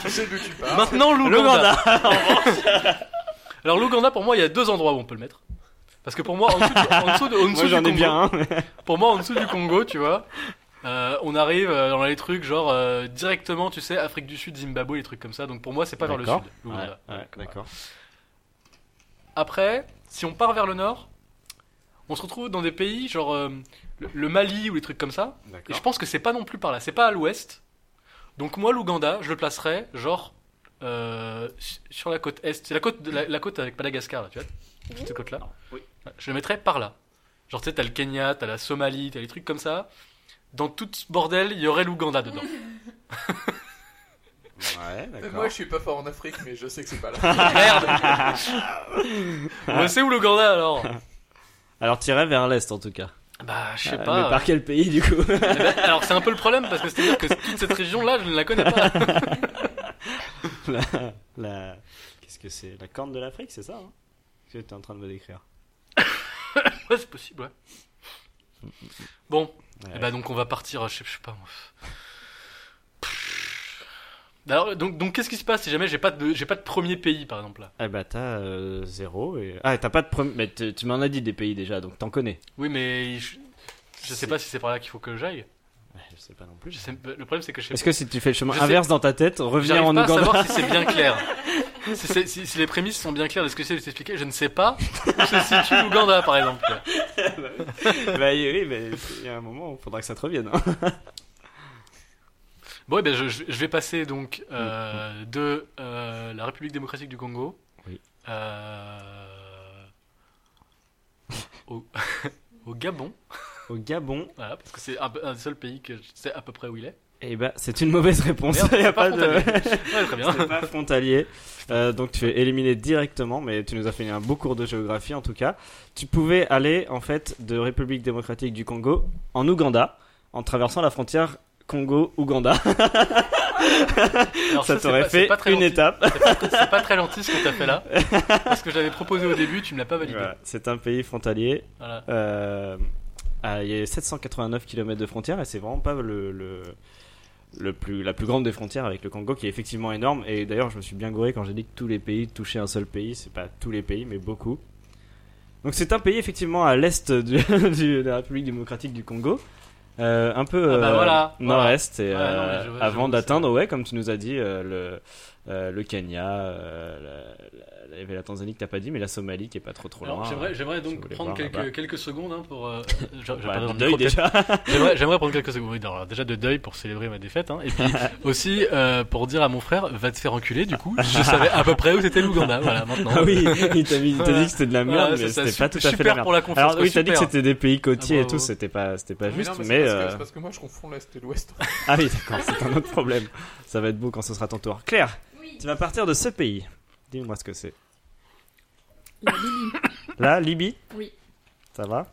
S4: tu sais d'où tu parles.
S2: Maintenant, l'Ouganda.
S1: L'Ouganda
S2: Alors, l'Ouganda, pour moi, il y a deux endroits où on peut le mettre. Parce que pour moi, en dessous, du- en dessous, de- en dessous
S1: Moi
S2: du
S1: j'en ai
S2: Congo-
S1: bien un.
S2: Pour moi, en dessous du Congo, tu vois, euh, on arrive euh, dans les trucs genre euh, directement, tu sais, Afrique du Sud, Zimbabwe, les trucs comme ça. Donc pour moi, c'est pas vers le sud.
S1: D'accord.
S2: l'Ouganda.
S1: Ouais, ouais, d'accord.
S2: Après, si on part vers le nord, on se retrouve dans des pays genre euh, le, le Mali ou les trucs comme ça. Et je
S1: D'accord.
S2: pense que c'est pas non plus par là, c'est pas à l'ouest. Donc moi, l'Ouganda, je le placerais genre euh, su- sur la côte est, c'est la côte, de- la, la côte avec Madagascar, là, tu vois, cette côte-là.
S1: Oui.
S2: Je le mettrais par là. Genre, tu sais, t'as le Kenya, t'as la Somalie, t'as les trucs comme ça. Dans tout ce bordel, il y aurait l'Ouganda dedans.
S1: Ouais,
S4: Moi, je suis pas fort en Afrique, mais je sais que c'est pas
S1: Bah,
S4: là.
S2: Merde On sait où l'Ouganda alors
S1: Alors tirer vers l'est en tout cas.
S2: Bah, je sais
S1: Euh,
S2: pas.
S1: Mais par quel pays du coup
S2: Eh ben, alors c'est un peu le problème parce que c'est-à-dire que toute cette région-là, je ne la connais pas.
S1: La. la- Qu'est-ce que c'est La corne de l'Afrique, c'est ça hein Ce que tu es en train de me décrire.
S2: Ouais, c'est possible, ouais. Bon,
S1: Ouais.
S2: et bah donc on va partir, je sais, je sais pas. moi. Alors, donc, donc qu'est-ce qui se passe si jamais j'ai pas de, j'ai pas de premier pays par exemple là
S1: Eh bah t'as euh, zéro et... Ah t'as pas de premier... Mais tu tu m'en as dit des pays déjà, donc t'en connais.
S2: Oui, mais je, je sais
S1: C'est-
S2: pas si c'est par là qu'il faut que j'aille.
S1: Ouais, Je sais pas non
S2: Je
S1: plus.
S2: sais- le problème c'est que je sais
S1: Est-ce que si tu fais le chemin
S2: Je sais-
S1: inverse dans ta tête, reviens
S2: J'arrive
S1: en
S2: pas à
S1: Ouganda
S2: savoir si c'est bien clair. Si, c'est- si- si les prémices sont bien claires de ce que c'est de t'expliquer, je ne sais pas où se situe l'Ouganda par exemple.
S1: Bah oui, mais il y a un moment où faudra que ça te revienne. hein.
S2: Bon, eh ben, je, je- je vais passer donc euh, de euh, la République démocratique du Congo
S1: Oui.
S2: euh, au, au Gabon,
S1: Au Gabon,
S2: voilà, parce que c'est un, peu- un des seuls pays que je sais à peu près où il est.
S1: eh bah c'est une mauvaise réponse.
S2: Merde,
S1: y a
S2: c'est pas
S1: pas de...
S2: frontalier. Ouais, très bien.
S1: C'est pas frontalier. Euh, donc tu es éliminé directement, mais tu nous as fait un beau cours de géographie en tout cas. Tu pouvais aller en fait de République démocratique du Congo en Ouganda en traversant la frontière Congo-Ouganda.
S2: Alors
S1: Ça
S2: c'est
S1: t'aurait
S2: pas- c'est
S1: fait
S2: pas très
S1: une
S2: gentil.
S1: étape.
S2: C'est pas, c'est pas très gentil ce que t'as fait là. Parce que j'avais proposé au début, tu me l'as pas validé.
S1: Voilà, C'est un pays frontalier.
S2: Voilà.
S1: Euh, ah, il y a 789 km de frontière et c'est vraiment pas le, le, le plus, la plus grande des frontières avec le Congo qui est effectivement énorme. Et d'ailleurs, je me suis bien gouré quand j'ai dit que tous les pays touchaient un seul pays. C'est pas tous les pays, mais beaucoup. Donc c'est un pays effectivement à l'est du- du- de la République démocratique du Congo. Euh, un peu
S2: Ah bah
S1: euh,
S2: voilà, voilà.
S1: nord-est et
S2: Ouais,
S1: euh,
S2: non, mais je vois- je vois
S1: avant
S2: où c'est.
S1: d'atteindre ouais comme tu nous as dit euh, le euh, le Kenya euh, la- la- il y avait la Tanzanie que t'as pas dit mais la Somalie qui est pas trop trop
S2: Alors,
S1: loin
S2: j'aimerais, j'aimerais
S1: si vous
S2: donc
S1: voulez
S2: prendre
S1: voir là-bas.
S2: quelques, quelques secondes hein, pour. euh, j'ai- j'ai
S1: Bah,
S2: pas dans le
S1: deuil
S2: micro, peut-être.
S1: déjà
S2: J'aimerais, j'aimerais prendre quelques secondes. Oui, alors, déjà de deuil pour célébrer ma défaite. Hein, et puis aussi euh, pour dire à mon frère, va te faire enculer. Du coup, je savais à peu près où c'était l'Ouganda. Voilà, maintenant.
S1: Ah oui, il t'a mis- il t'a dit que c'était de la
S2: Voilà,
S1: merde,
S2: ça,
S1: mais c'était
S2: ça,
S1: pas
S2: super,
S1: tout à fait de la
S2: super
S1: merde.
S2: pour la confiance.
S1: Alors
S2: quoi,
S1: oui, t'as dit que
S2: super.
S1: c'était des pays côtiers
S2: Ah,
S1: et tout,
S2: bravo.
S1: c'était pas, c'était pas
S4: Mais
S1: juste, mais...
S4: non, c'est parce, que,
S1: euh,
S4: c'est parce que moi je confonds l'Est et l'Ouest.
S1: Ah oui, d'accord, c'est un autre problème. Ça va être beau quand ce sera ton tour. Claire,
S5: Oui.
S1: tu vas partir de ce pays. Dis-moi ce que c'est.
S5: La Lily.
S1: Là, Libye,
S5: Oui.
S1: ça va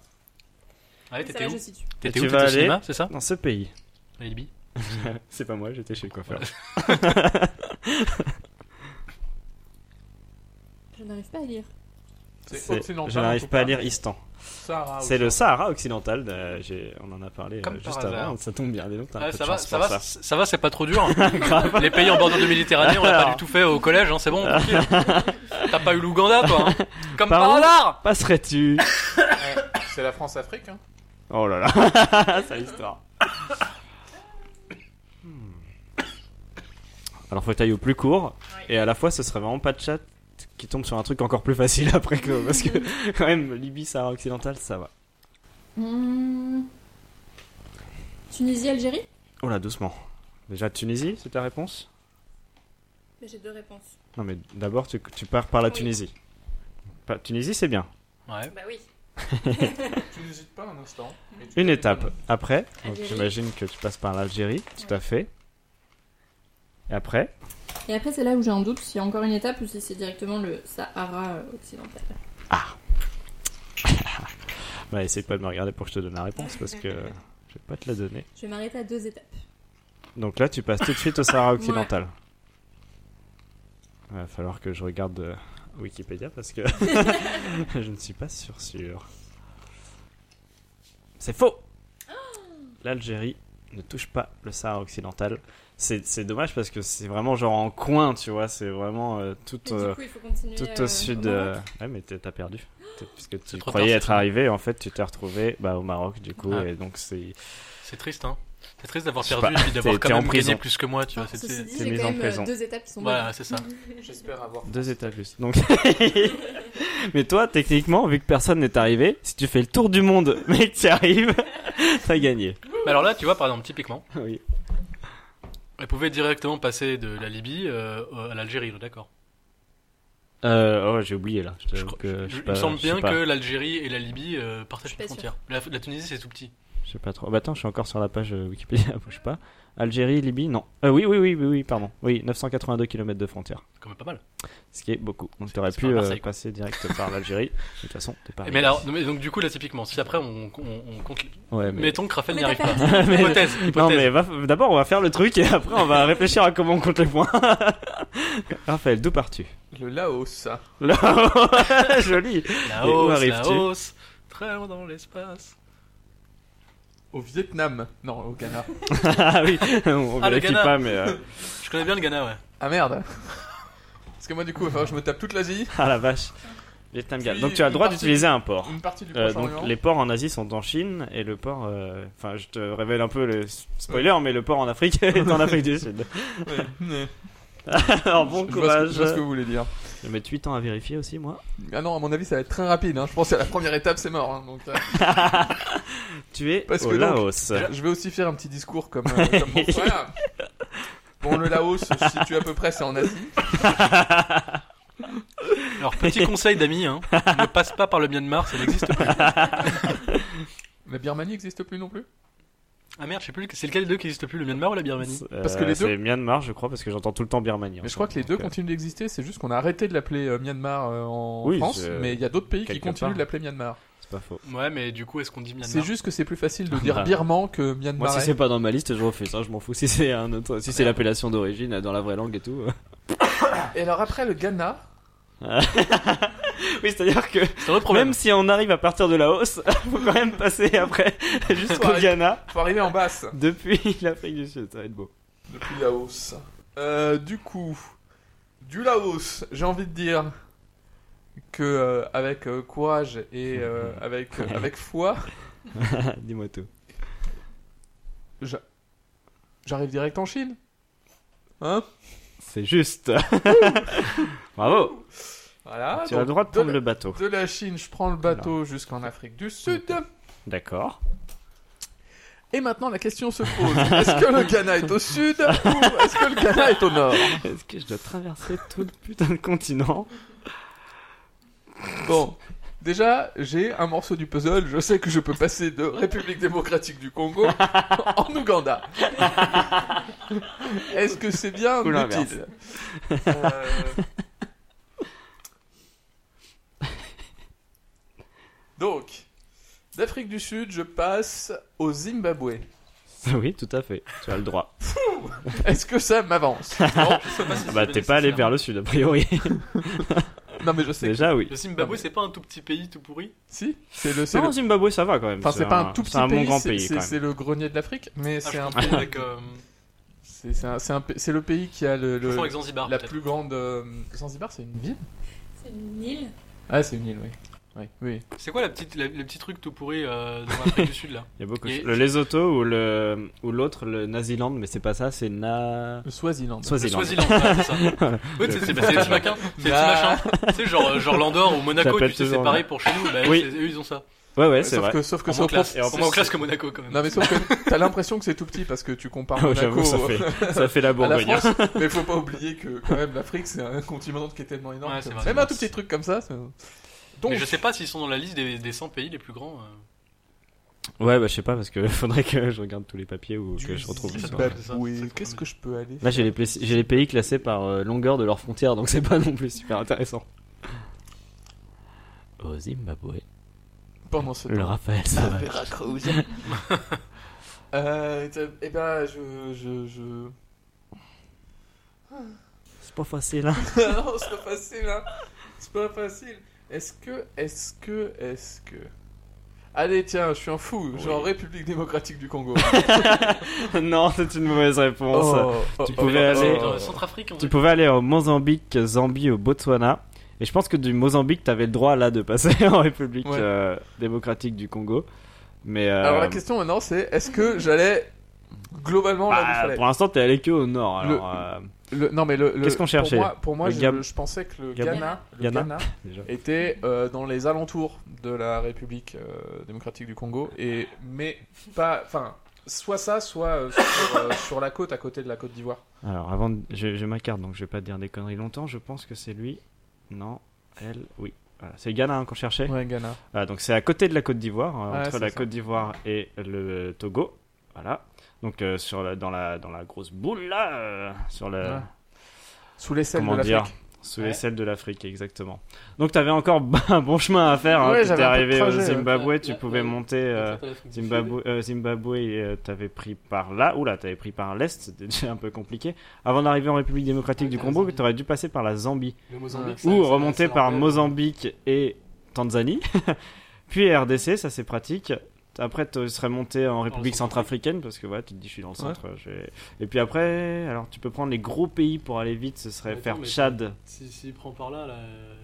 S2: Ah ouais,
S5: Ça
S2: t'étais
S5: va,
S2: où
S5: je situe.
S2: T'étais
S1: Et
S2: où
S1: tu
S2: T'étais
S1: vas
S2: au
S1: aller-
S2: cinéma, c'est ça
S1: Dans ce pays.
S2: La Libye
S1: C'est pas moi, j'étais chez le coiffeur.
S5: Je n'arrive pas à lire.
S1: C'est-
S4: C'est occidental,
S1: Je
S4: en
S1: n'arrive
S4: tout
S1: pas à
S4: cas.
S1: lire Istan.
S4: Sahara
S1: C'est le
S4: occidental.
S1: Sahara occidental, euh, j'ai- on en a parlé euh,
S2: Ah, Comme par
S1: juste
S2: hasard.
S1: avant, ça tombe bien. Dis donc, t'as un
S2: Ah,
S1: peu de
S2: ça, va,
S1: chance
S2: ça,
S1: pour
S2: va, c- ça va, c'est pas trop dur. Les pays en bordure de Méditerranée, on l'a pas
S1: Alors.
S2: du tout fait au collège, hein, c'est bon. tranquille. T'as pas eu l'Ouganda, toi. hein. Comme
S1: Par
S2: par,
S1: où
S2: hasard
S1: Passerais-tu
S4: Ouais, Euh, C'est la France-Afrique. Hein.
S1: Oh là là, c'est l'histoire. Hmm. Alors faut que t'ailles au plus court et à la fois ce serait vraiment pas de chat qui tombe sur un truc encore plus facile après que parce que quand même Libye Sahara occidental ça va.
S5: Hmm. Tunisie, Algérie
S1: Oh là doucement. Déjà Tunisie c'est ta réponse
S3: Mais j'ai deux réponses.
S1: Non mais d'abord tu, tu pars par la
S3: Oui.
S1: Tunisie. Pas- Tunisie c'est bien.
S2: Ouais.
S3: Bah oui.
S4: Tu n'hésites pas un instant. mais tu
S1: Une
S4: fais
S1: étape. Après donc
S5: Algérie.
S1: j'imagine que tu passes par l'Algérie tout à fait. Et après
S5: Et après, c'est là où j'ai un doute s'il y a encore une étape ou si c'est directement le Sahara euh, occidental.
S1: bah essaye pas de me regarder pour que je te donne la réponse parce que je vais pas te la donner.
S5: Je vais m'arrêter à deux étapes.
S1: Donc là, tu passes tout de suite au Sahara occidental. Il va falloir que je regarde euh, Wikipédia parce que je ne suis pas sûr sûr. C'est faux. L'Algérie ne touche pas le Sahara occidental. C'est c'est dommage parce que c'est vraiment genre en coin, tu vois. C'est vraiment euh, tout,
S3: Et
S1: euh,
S3: du coup, il faut continuer.
S1: tout
S3: euh,
S1: au sud.
S3: au Maroc.
S1: euh, Ouais, mais t'es- t'as perdu. T'es- Puisque tu
S2: trop
S1: croyais
S2: tard,
S1: être
S2: c'est-
S1: arrivé, en fait, tu t'es retrouvé bah, au Maroc du coup.
S2: Ah.
S1: Et donc, c'est
S2: C'est triste, hein. C'est triste d'avoir
S1: Je sais
S2: perdu
S1: pas,
S2: et puis d'avoir
S1: t'es-
S2: quand
S1: t'es en
S2: même gagné
S1: prison.
S2: plus que moi, tu vois.
S3: Enfin,
S2: c'est-
S3: ceci
S2: c'est-
S3: dit,
S1: t'es
S3: j'ai
S1: mise
S3: quand
S1: en
S3: même euh,
S1: prison.
S3: deux étapes qui sont
S2: Voilà, c'est ça.
S4: comme- J'espère avoir.
S1: Deux étapes plus. Donc, mais toi, techniquement, vu que personne n'est arrivé, si tu fais le tour du monde mais que tu arrives, t'as gagné. Ah
S2: Mais alors là, tu vois, par exemple, typiquement,
S1: Oui.
S2: elle pouvait directement passer de la Libye euh, à l'Algérie, on est d'accord.
S1: Euh, oh, j'ai oublié là. Je
S2: Je
S1: t'avoue
S2: crois-
S1: que
S2: je-
S1: euh, je sais
S2: il
S1: pas-
S2: me semble
S1: je sais
S2: bien
S1: pas-
S2: que l'Algérie et la Libye euh, partagent
S3: Je
S2: une
S3: suis pas
S2: frontière. La, la Tunisie, c'est tout petit.
S1: Je sais pas trop. Bah attends, je suis encore sur la page euh, Wikipédia, bouge pas. Algérie, Libye, non. Euh, oui, oui, oui, oui, oui, pardon. Oui, 982 km de frontière.
S2: C'est quand même pas mal.
S1: Ce qui est beaucoup. Donc
S2: C'est-
S1: t'aurais
S2: c'est
S1: pu
S2: par
S1: euh,
S2: Marseille, quoi.
S1: passer direct par l'Algérie. De toute façon, t'es pas
S2: mais
S1: arrivé.
S2: alors, non, mais donc du coup, là, typiquement, si après on, on- on compte.
S1: Ouais, mais...
S2: Mettons que Raphaël
S3: Mais
S2: n'y arrive
S3: t'as
S2: pas.
S1: Mais-
S2: Hypothèse,
S1: Non,
S2: hypothèse.
S1: mais va- d'abord, on va faire le truc et après, on va réfléchir à comment on compte les points. Raphaël, d'où pars-tu
S4: Le Laos.
S1: Là, joli. Et où
S2: Laos,
S1: arrives-tu
S2: Laos, très loin dans l'espace.
S4: Au Vietnam. Non, au Ghana.
S1: ah oui, on
S2: Ah, le
S1: vérifie
S2: Ghana.
S1: pas, mais euh,
S2: Je connais bien le Ghana, ouais.
S4: Ah merde. Parce que moi, du coup, il va falloir que je me tape toute l'Asie.
S1: ah la vache. Vietnam Ghana.
S4: Puis,
S1: Donc tu as le droit
S4: une partie-
S1: d'utiliser un port.
S4: Une partie du
S1: Euh, donc
S4: Proche-Orient.
S1: les ports en Asie sont en Chine et le port, euh, enfin je te révèle un peu le spoiler, mais le port en Afrique est en Afrique du Sud.
S4: Ouais. Ouais.
S1: Alors Ah, bon
S4: Je vois ce que-
S1: courage.
S4: Je vois ce que vous voulez dire.
S1: Je vais mettre 8 ans à vérifier aussi moi.
S4: Ah non, à mon avis, ça va être très rapide. hein. Je pense que la première étape, c'est mort. hein. Donc, euh,
S1: Tu es
S4: Parce
S1: au
S4: que donc-
S1: Laos.
S4: je vais aussi faire un petit discours comme, euh, comme mon frère. Bon, le Laos, si situe à peu près, c'est en Asie.
S2: Alors, petit conseil d'amis, hein, ne passe pas par le Myanmar, ça n'existe pas.
S4: La Birmanie n'existe plus non plus.
S2: Ah merde, je sais plus, c'est lequel des deux qui n'existe plus, le Myanmar ou la Birmanie
S1: Euh,
S4: Parce que les deux-
S1: C'est Myanmar je crois parce que j'entends tout le temps Birmanie. en
S4: Mais je
S1: fait.
S4: crois que les deux
S1: Donc, euh,
S4: continuent d'exister. C'est juste qu'on a arrêté de l'appeler euh, Myanmar euh, en
S1: Oui,
S4: France.
S1: c'est-
S4: Mais il y a d'autres pays qui
S1: quelque
S4: continuent
S1: part.
S4: de l'appeler Myanmar.
S1: C'est pas faux.
S2: Ouais, mais du coup, est-ce qu'on dit Myanmar
S4: C'est juste que c'est plus facile de dire
S1: Bah.
S4: birman que Myanmar.
S1: Moi, si c'est pas dans ma liste, je refais ça, je m'en fous. Si c'est un autre, si c'est l'appellation d'origine dans la vraie langue et tout. euh.
S4: Et alors après le Ghana,
S1: Oui, c'est-à-dire que
S2: C'est un autre problème.
S1: même si on arrive à partir de la hausse, faut quand même passer après jusqu'au
S4: Ouais.
S1: Ghana
S4: faut arriver en basse.
S1: depuis l'Afrique du Sud. Ça va être beau.
S4: Depuis Laos. Euh, du coup, du Laos, j'ai envie de dire que euh, avec euh, courage et euh, avec euh, avec foi,
S1: Ah, Dis-moi tout.
S4: j'arrive direct en Chine. Hein
S1: C'est juste. Bravo.
S4: Voilà.
S1: tu as le
S4: donc,
S1: droit de
S4: de
S1: prendre
S4: la-
S1: le bateau.
S4: De la Chine, je prends le bateau jusqu'en Afrique du Sud.
S1: D'accord.
S4: Et maintenant, la question se pose est-ce que le Ghana est au sud ou est-ce que le Ghana est au nord
S1: Est-ce que je dois traverser tout le putain de continent
S4: Bon, déjà, j'ai un morceau du puzzle. Je sais que je peux passer de République démocratique du Congo en Ouganda. Est-ce que c'est bien
S1: Ou l'inverse.
S4: utile Euh, Donc, d'Afrique du Sud, je passe au Zimbabwe.
S1: Oui, tout à fait. Tu as le droit.
S4: Est-ce que ça m'avance Non.
S1: Bah, t'es pas allé vers le sud, a priori.
S4: Non, mais je sais. que-
S1: Déjà, oui.
S2: Le Zimbabwe, c'est pas un tout petit pays tout pourri
S4: Si, c'est le. c'est
S1: Non,
S4: le-
S1: le... Zimbabwe, ça va quand même.
S4: Enfin, c'est pas un tout petit
S1: C'est un bon
S4: pays,
S1: grand
S4: c'est-
S1: pays,
S4: c'est-
S1: quand même.
S4: c'est le grenier de l'afrique, mais
S2: Ah,
S4: c'est
S2: je
S4: un,
S2: confonds avec, euh,
S4: c'est- c'est un- c'est un p- c'est le pays qui a le,
S2: je
S4: le-
S2: confonds avec Zanzibar.
S4: la
S2: peut-être.
S4: plus grande. euh, Zanzibar, c'est une ville
S3: C'est une île.
S4: Ah, c'est une île, oui. Oui, oui.
S2: C'est quoi la petite, la- le petit truc tout pourri euh, dans l'Afrique du Sud là
S1: Il y a beaucoup.
S2: Et-
S1: Le Lesotho ou le ou l'autre, le Naziland, mais c'est pas ça, c'est Na.
S4: Le Swaziland.
S2: Le
S1: Swaziland.
S2: Swaziland, ouais, c'est ça. Oui, c'est c'est- c'est les petits maquins, c'est les petits
S4: Ah.
S2: machins. C'est genre, euh, genre l'Andorre ou Monaco,
S1: J'appelle
S2: tu sais, c'est
S1: toujours,
S2: pareil pour chez nous. Bah,
S1: Oui.
S2: c'est- Eux, ils ont ça.
S1: Ouais, ouais, c'est
S4: sauf
S1: vrai.
S4: que, sauf que
S2: En
S4: c'est au
S2: moins classe,
S1: Et en
S2: c'est
S1: plus,
S2: moins classe que Monaco quand même.
S4: Non, mais sauf que t'as l'impression que c'est tout petit parce que tu compares
S1: Ah ouais,
S4: Monaco hein.
S1: J'avoue, ça fait ça fait la
S4: à la
S1: Bourgogne. hein.
S4: France, mais faut pas oublier que quand même l'Afrique c'est un continent qui est tellement énorme.
S2: Ouais,
S4: que
S2: c'est vrai,
S4: même
S2: c'est
S4: un tout petit truc comme ça. c'est- Donc,
S2: Mais je sais pas s'ils sont dans la liste des, des 100 pays les plus grands. euh.
S1: Ouais, bah je sais pas parce que faudrait que je regarde tous les papiers ou que
S4: du
S1: je retrouve. l'histoire.
S2: Zimbabwe. C'est ça,
S4: Zimbabwe,
S2: c'est
S4: qu'est-ce
S2: ça.
S4: que je peux aller
S1: Là, j'ai les, pla- j'ai les pays classés par euh, longueur de leurs frontières, donc c'est pas non plus super intéressant. Au Zimbabwe,
S4: pendant ce
S1: le
S4: temps
S1: Raphaël, ça va.
S4: Veracruz. euh, et ben, je. je, je...
S1: C'est pas facile, hein.
S4: Ah non, c'est pas facile, hein. C'est pas facile. Est-ce que. Est-ce que. Est-ce que. Allez, tiens, je suis un fou. Genre République démocratique du Congo.
S1: non, c'est une mauvaise réponse.
S4: Oh.
S1: tu pouvais
S2: C'est
S1: aller-
S2: dans le Centrafrique en
S1: Tu
S2: fait.
S1: pouvais aller au Mozambique, Zambie, au Botswana. Et je pense que du Mozambique, t'avais le droit là de passer en République
S4: Ouais.
S1: euh, démocratique du Congo. Mais euh,
S4: Alors la question maintenant, c'est est-ce que j'allais. Globalement, là où il
S1: bah,
S4: fallait.
S1: pour l'instant, t'es allé que au nord.
S4: Le-
S1: Alors, euh,
S4: Le- non, mais le. le-
S1: Qu'est-ce qu'on
S4: pour
S1: cherchait
S4: moi- Pour moi,
S1: Le
S4: je,
S1: Gab-
S4: je pensais que le
S1: Gabon
S4: Ghana, le
S1: Ghana
S4: Ghana
S1: déjà.
S4: était euh, dans les alentours de la République euh, démocratique du Congo, et mais pas, enfin, soit ça, soit euh, sur, euh, sur la côte, à côté de la Côte d'Ivoire.
S1: Alors, avant, de- j'ai j'ai ma carte, donc je vais pas te dire des conneries longtemps. Je pense que c'est lui. Non, elle, oui. Voilà, C'est le Ghana hein, qu'on cherchait.
S4: Ouais, Ghana.
S1: Voilà, donc c'est à côté de la Côte d'Ivoire, hein,
S4: Ouais,
S1: entre
S4: c'est
S1: la
S4: ça.
S1: Côte d'Ivoire et le Togo. Voilà. Donc euh, sur la- dans la dans la grosse boule là, euh, sur le
S4: Ouais. Sous les selles
S1: comment
S4: de
S1: dire
S4: l'Afrique.
S1: sous
S4: Ouais.
S1: les selles de l'Afrique exactement. Donc t'avais encore un bon chemin à faire.
S4: Ouais,
S1: Hein,
S4: j'avais
S1: T'étais
S4: un peu de
S1: arrivé
S4: trajet,
S1: au
S4: ouais.
S1: Zimbabwe,
S2: Ouais,
S1: tu
S2: ouais,
S1: pouvais
S2: ouais.
S1: monter. euh, Zimbabwe, euh, Zimbabwe euh, t'avais pris par là, oula, t'avais pris par l'est, c'était déjà un peu compliqué. Avant d'arriver en République démocratique
S2: Ouais,
S1: du
S2: t'as
S1: Congo,
S2: raison.
S1: t'aurais dû passer par la Zambie,
S2: Le Mozambique, ça-
S1: ou
S2: ça-
S1: remonter
S2: ça
S1: par
S2: l'enlève.
S1: Mozambique et Tanzanie, puis RDC, ça c'est pratique. Après, tu serais monté en République centrafricaine, parce que voilà, tu te dis, je suis dans le
S4: Ouais.
S1: centre. euh, je vais- Et puis après, alors tu peux prendre les gros pays pour aller vite, ce serait
S2: Attends,
S1: faire
S2: mais-
S1: Tchad.
S2: Si, s'il prend par là, là,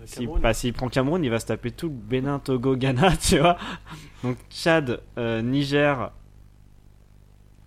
S1: S'il
S2: Cameroun.
S1: bah, s'il prend Cameroun, il va se taper tout le Bénin, Togo, Ghana, tu vois. Donc Tchad, euh, Niger,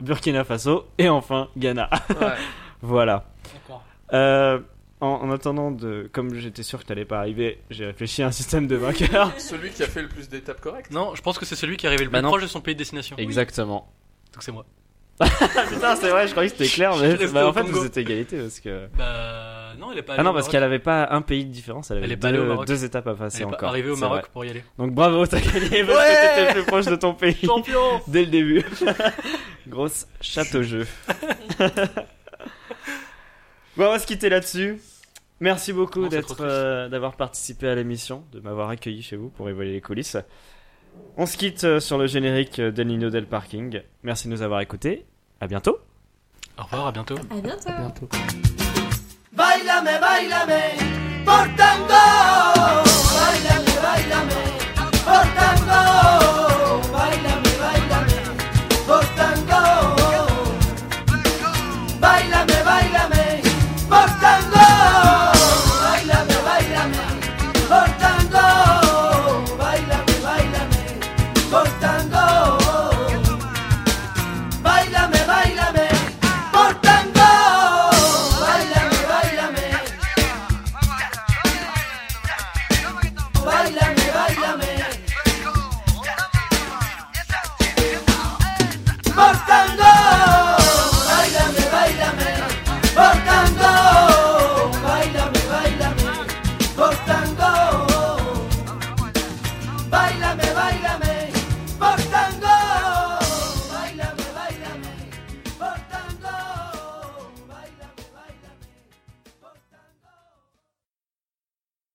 S1: Burkina Faso et enfin Ghana.
S4: Ouais.
S1: voilà.
S2: D'accord.
S1: Euh, en, en attendant, de, comme j'étais sûr que t'allais pas arriver, j'ai réfléchi à un système de vainqueurs.
S4: Celui qui a fait le plus d'étapes correctes.
S2: Non, je pense que c'est celui qui est arrivé le
S1: Bah
S2: plus
S1: non.
S2: proche de son pays de destination.
S1: Exactement.
S2: Donc c'est moi.
S1: Putain, c'est vrai, je croyais que c'était clair, mais
S2: Je suis resté
S1: bah, en
S2: au
S1: fait,
S2: Congo.
S1: vous êtes égalité parce que.
S2: Bah non, il est pas.
S1: Ah
S2: allé
S1: non,
S2: au
S1: parce
S2: Maroc.
S1: qu'elle avait pas un pays de différence, elle avait
S2: Elle est pas allée au
S1: deux,
S2: Maroc.
S1: deux étapes à
S2: Elle
S1: passer
S2: est pas
S1: encore.
S2: arrivée au
S1: C'est
S2: Maroc
S1: vrai.
S2: pour y aller.
S1: Donc bravo, t'as gagné parce que t'étais le plus proche de ton pays.
S2: Champion
S1: dès le début. Grosse chatte au jeu. bon, on va se quitter là-dessus. Merci beaucoup
S2: Non, c'est
S1: d'être,
S2: trop triste.
S1: euh, d'avoir participé à l'émission, de m'avoir accueilli chez vous pour évoluer les coulisses. On se quitte euh, sur le générique euh, d'El Nino del Parking. Merci de nous avoir écoutés. À bientôt.
S2: Au revoir, à bientôt.
S5: À bientôt.
S6: Báilame, báilame, por tango.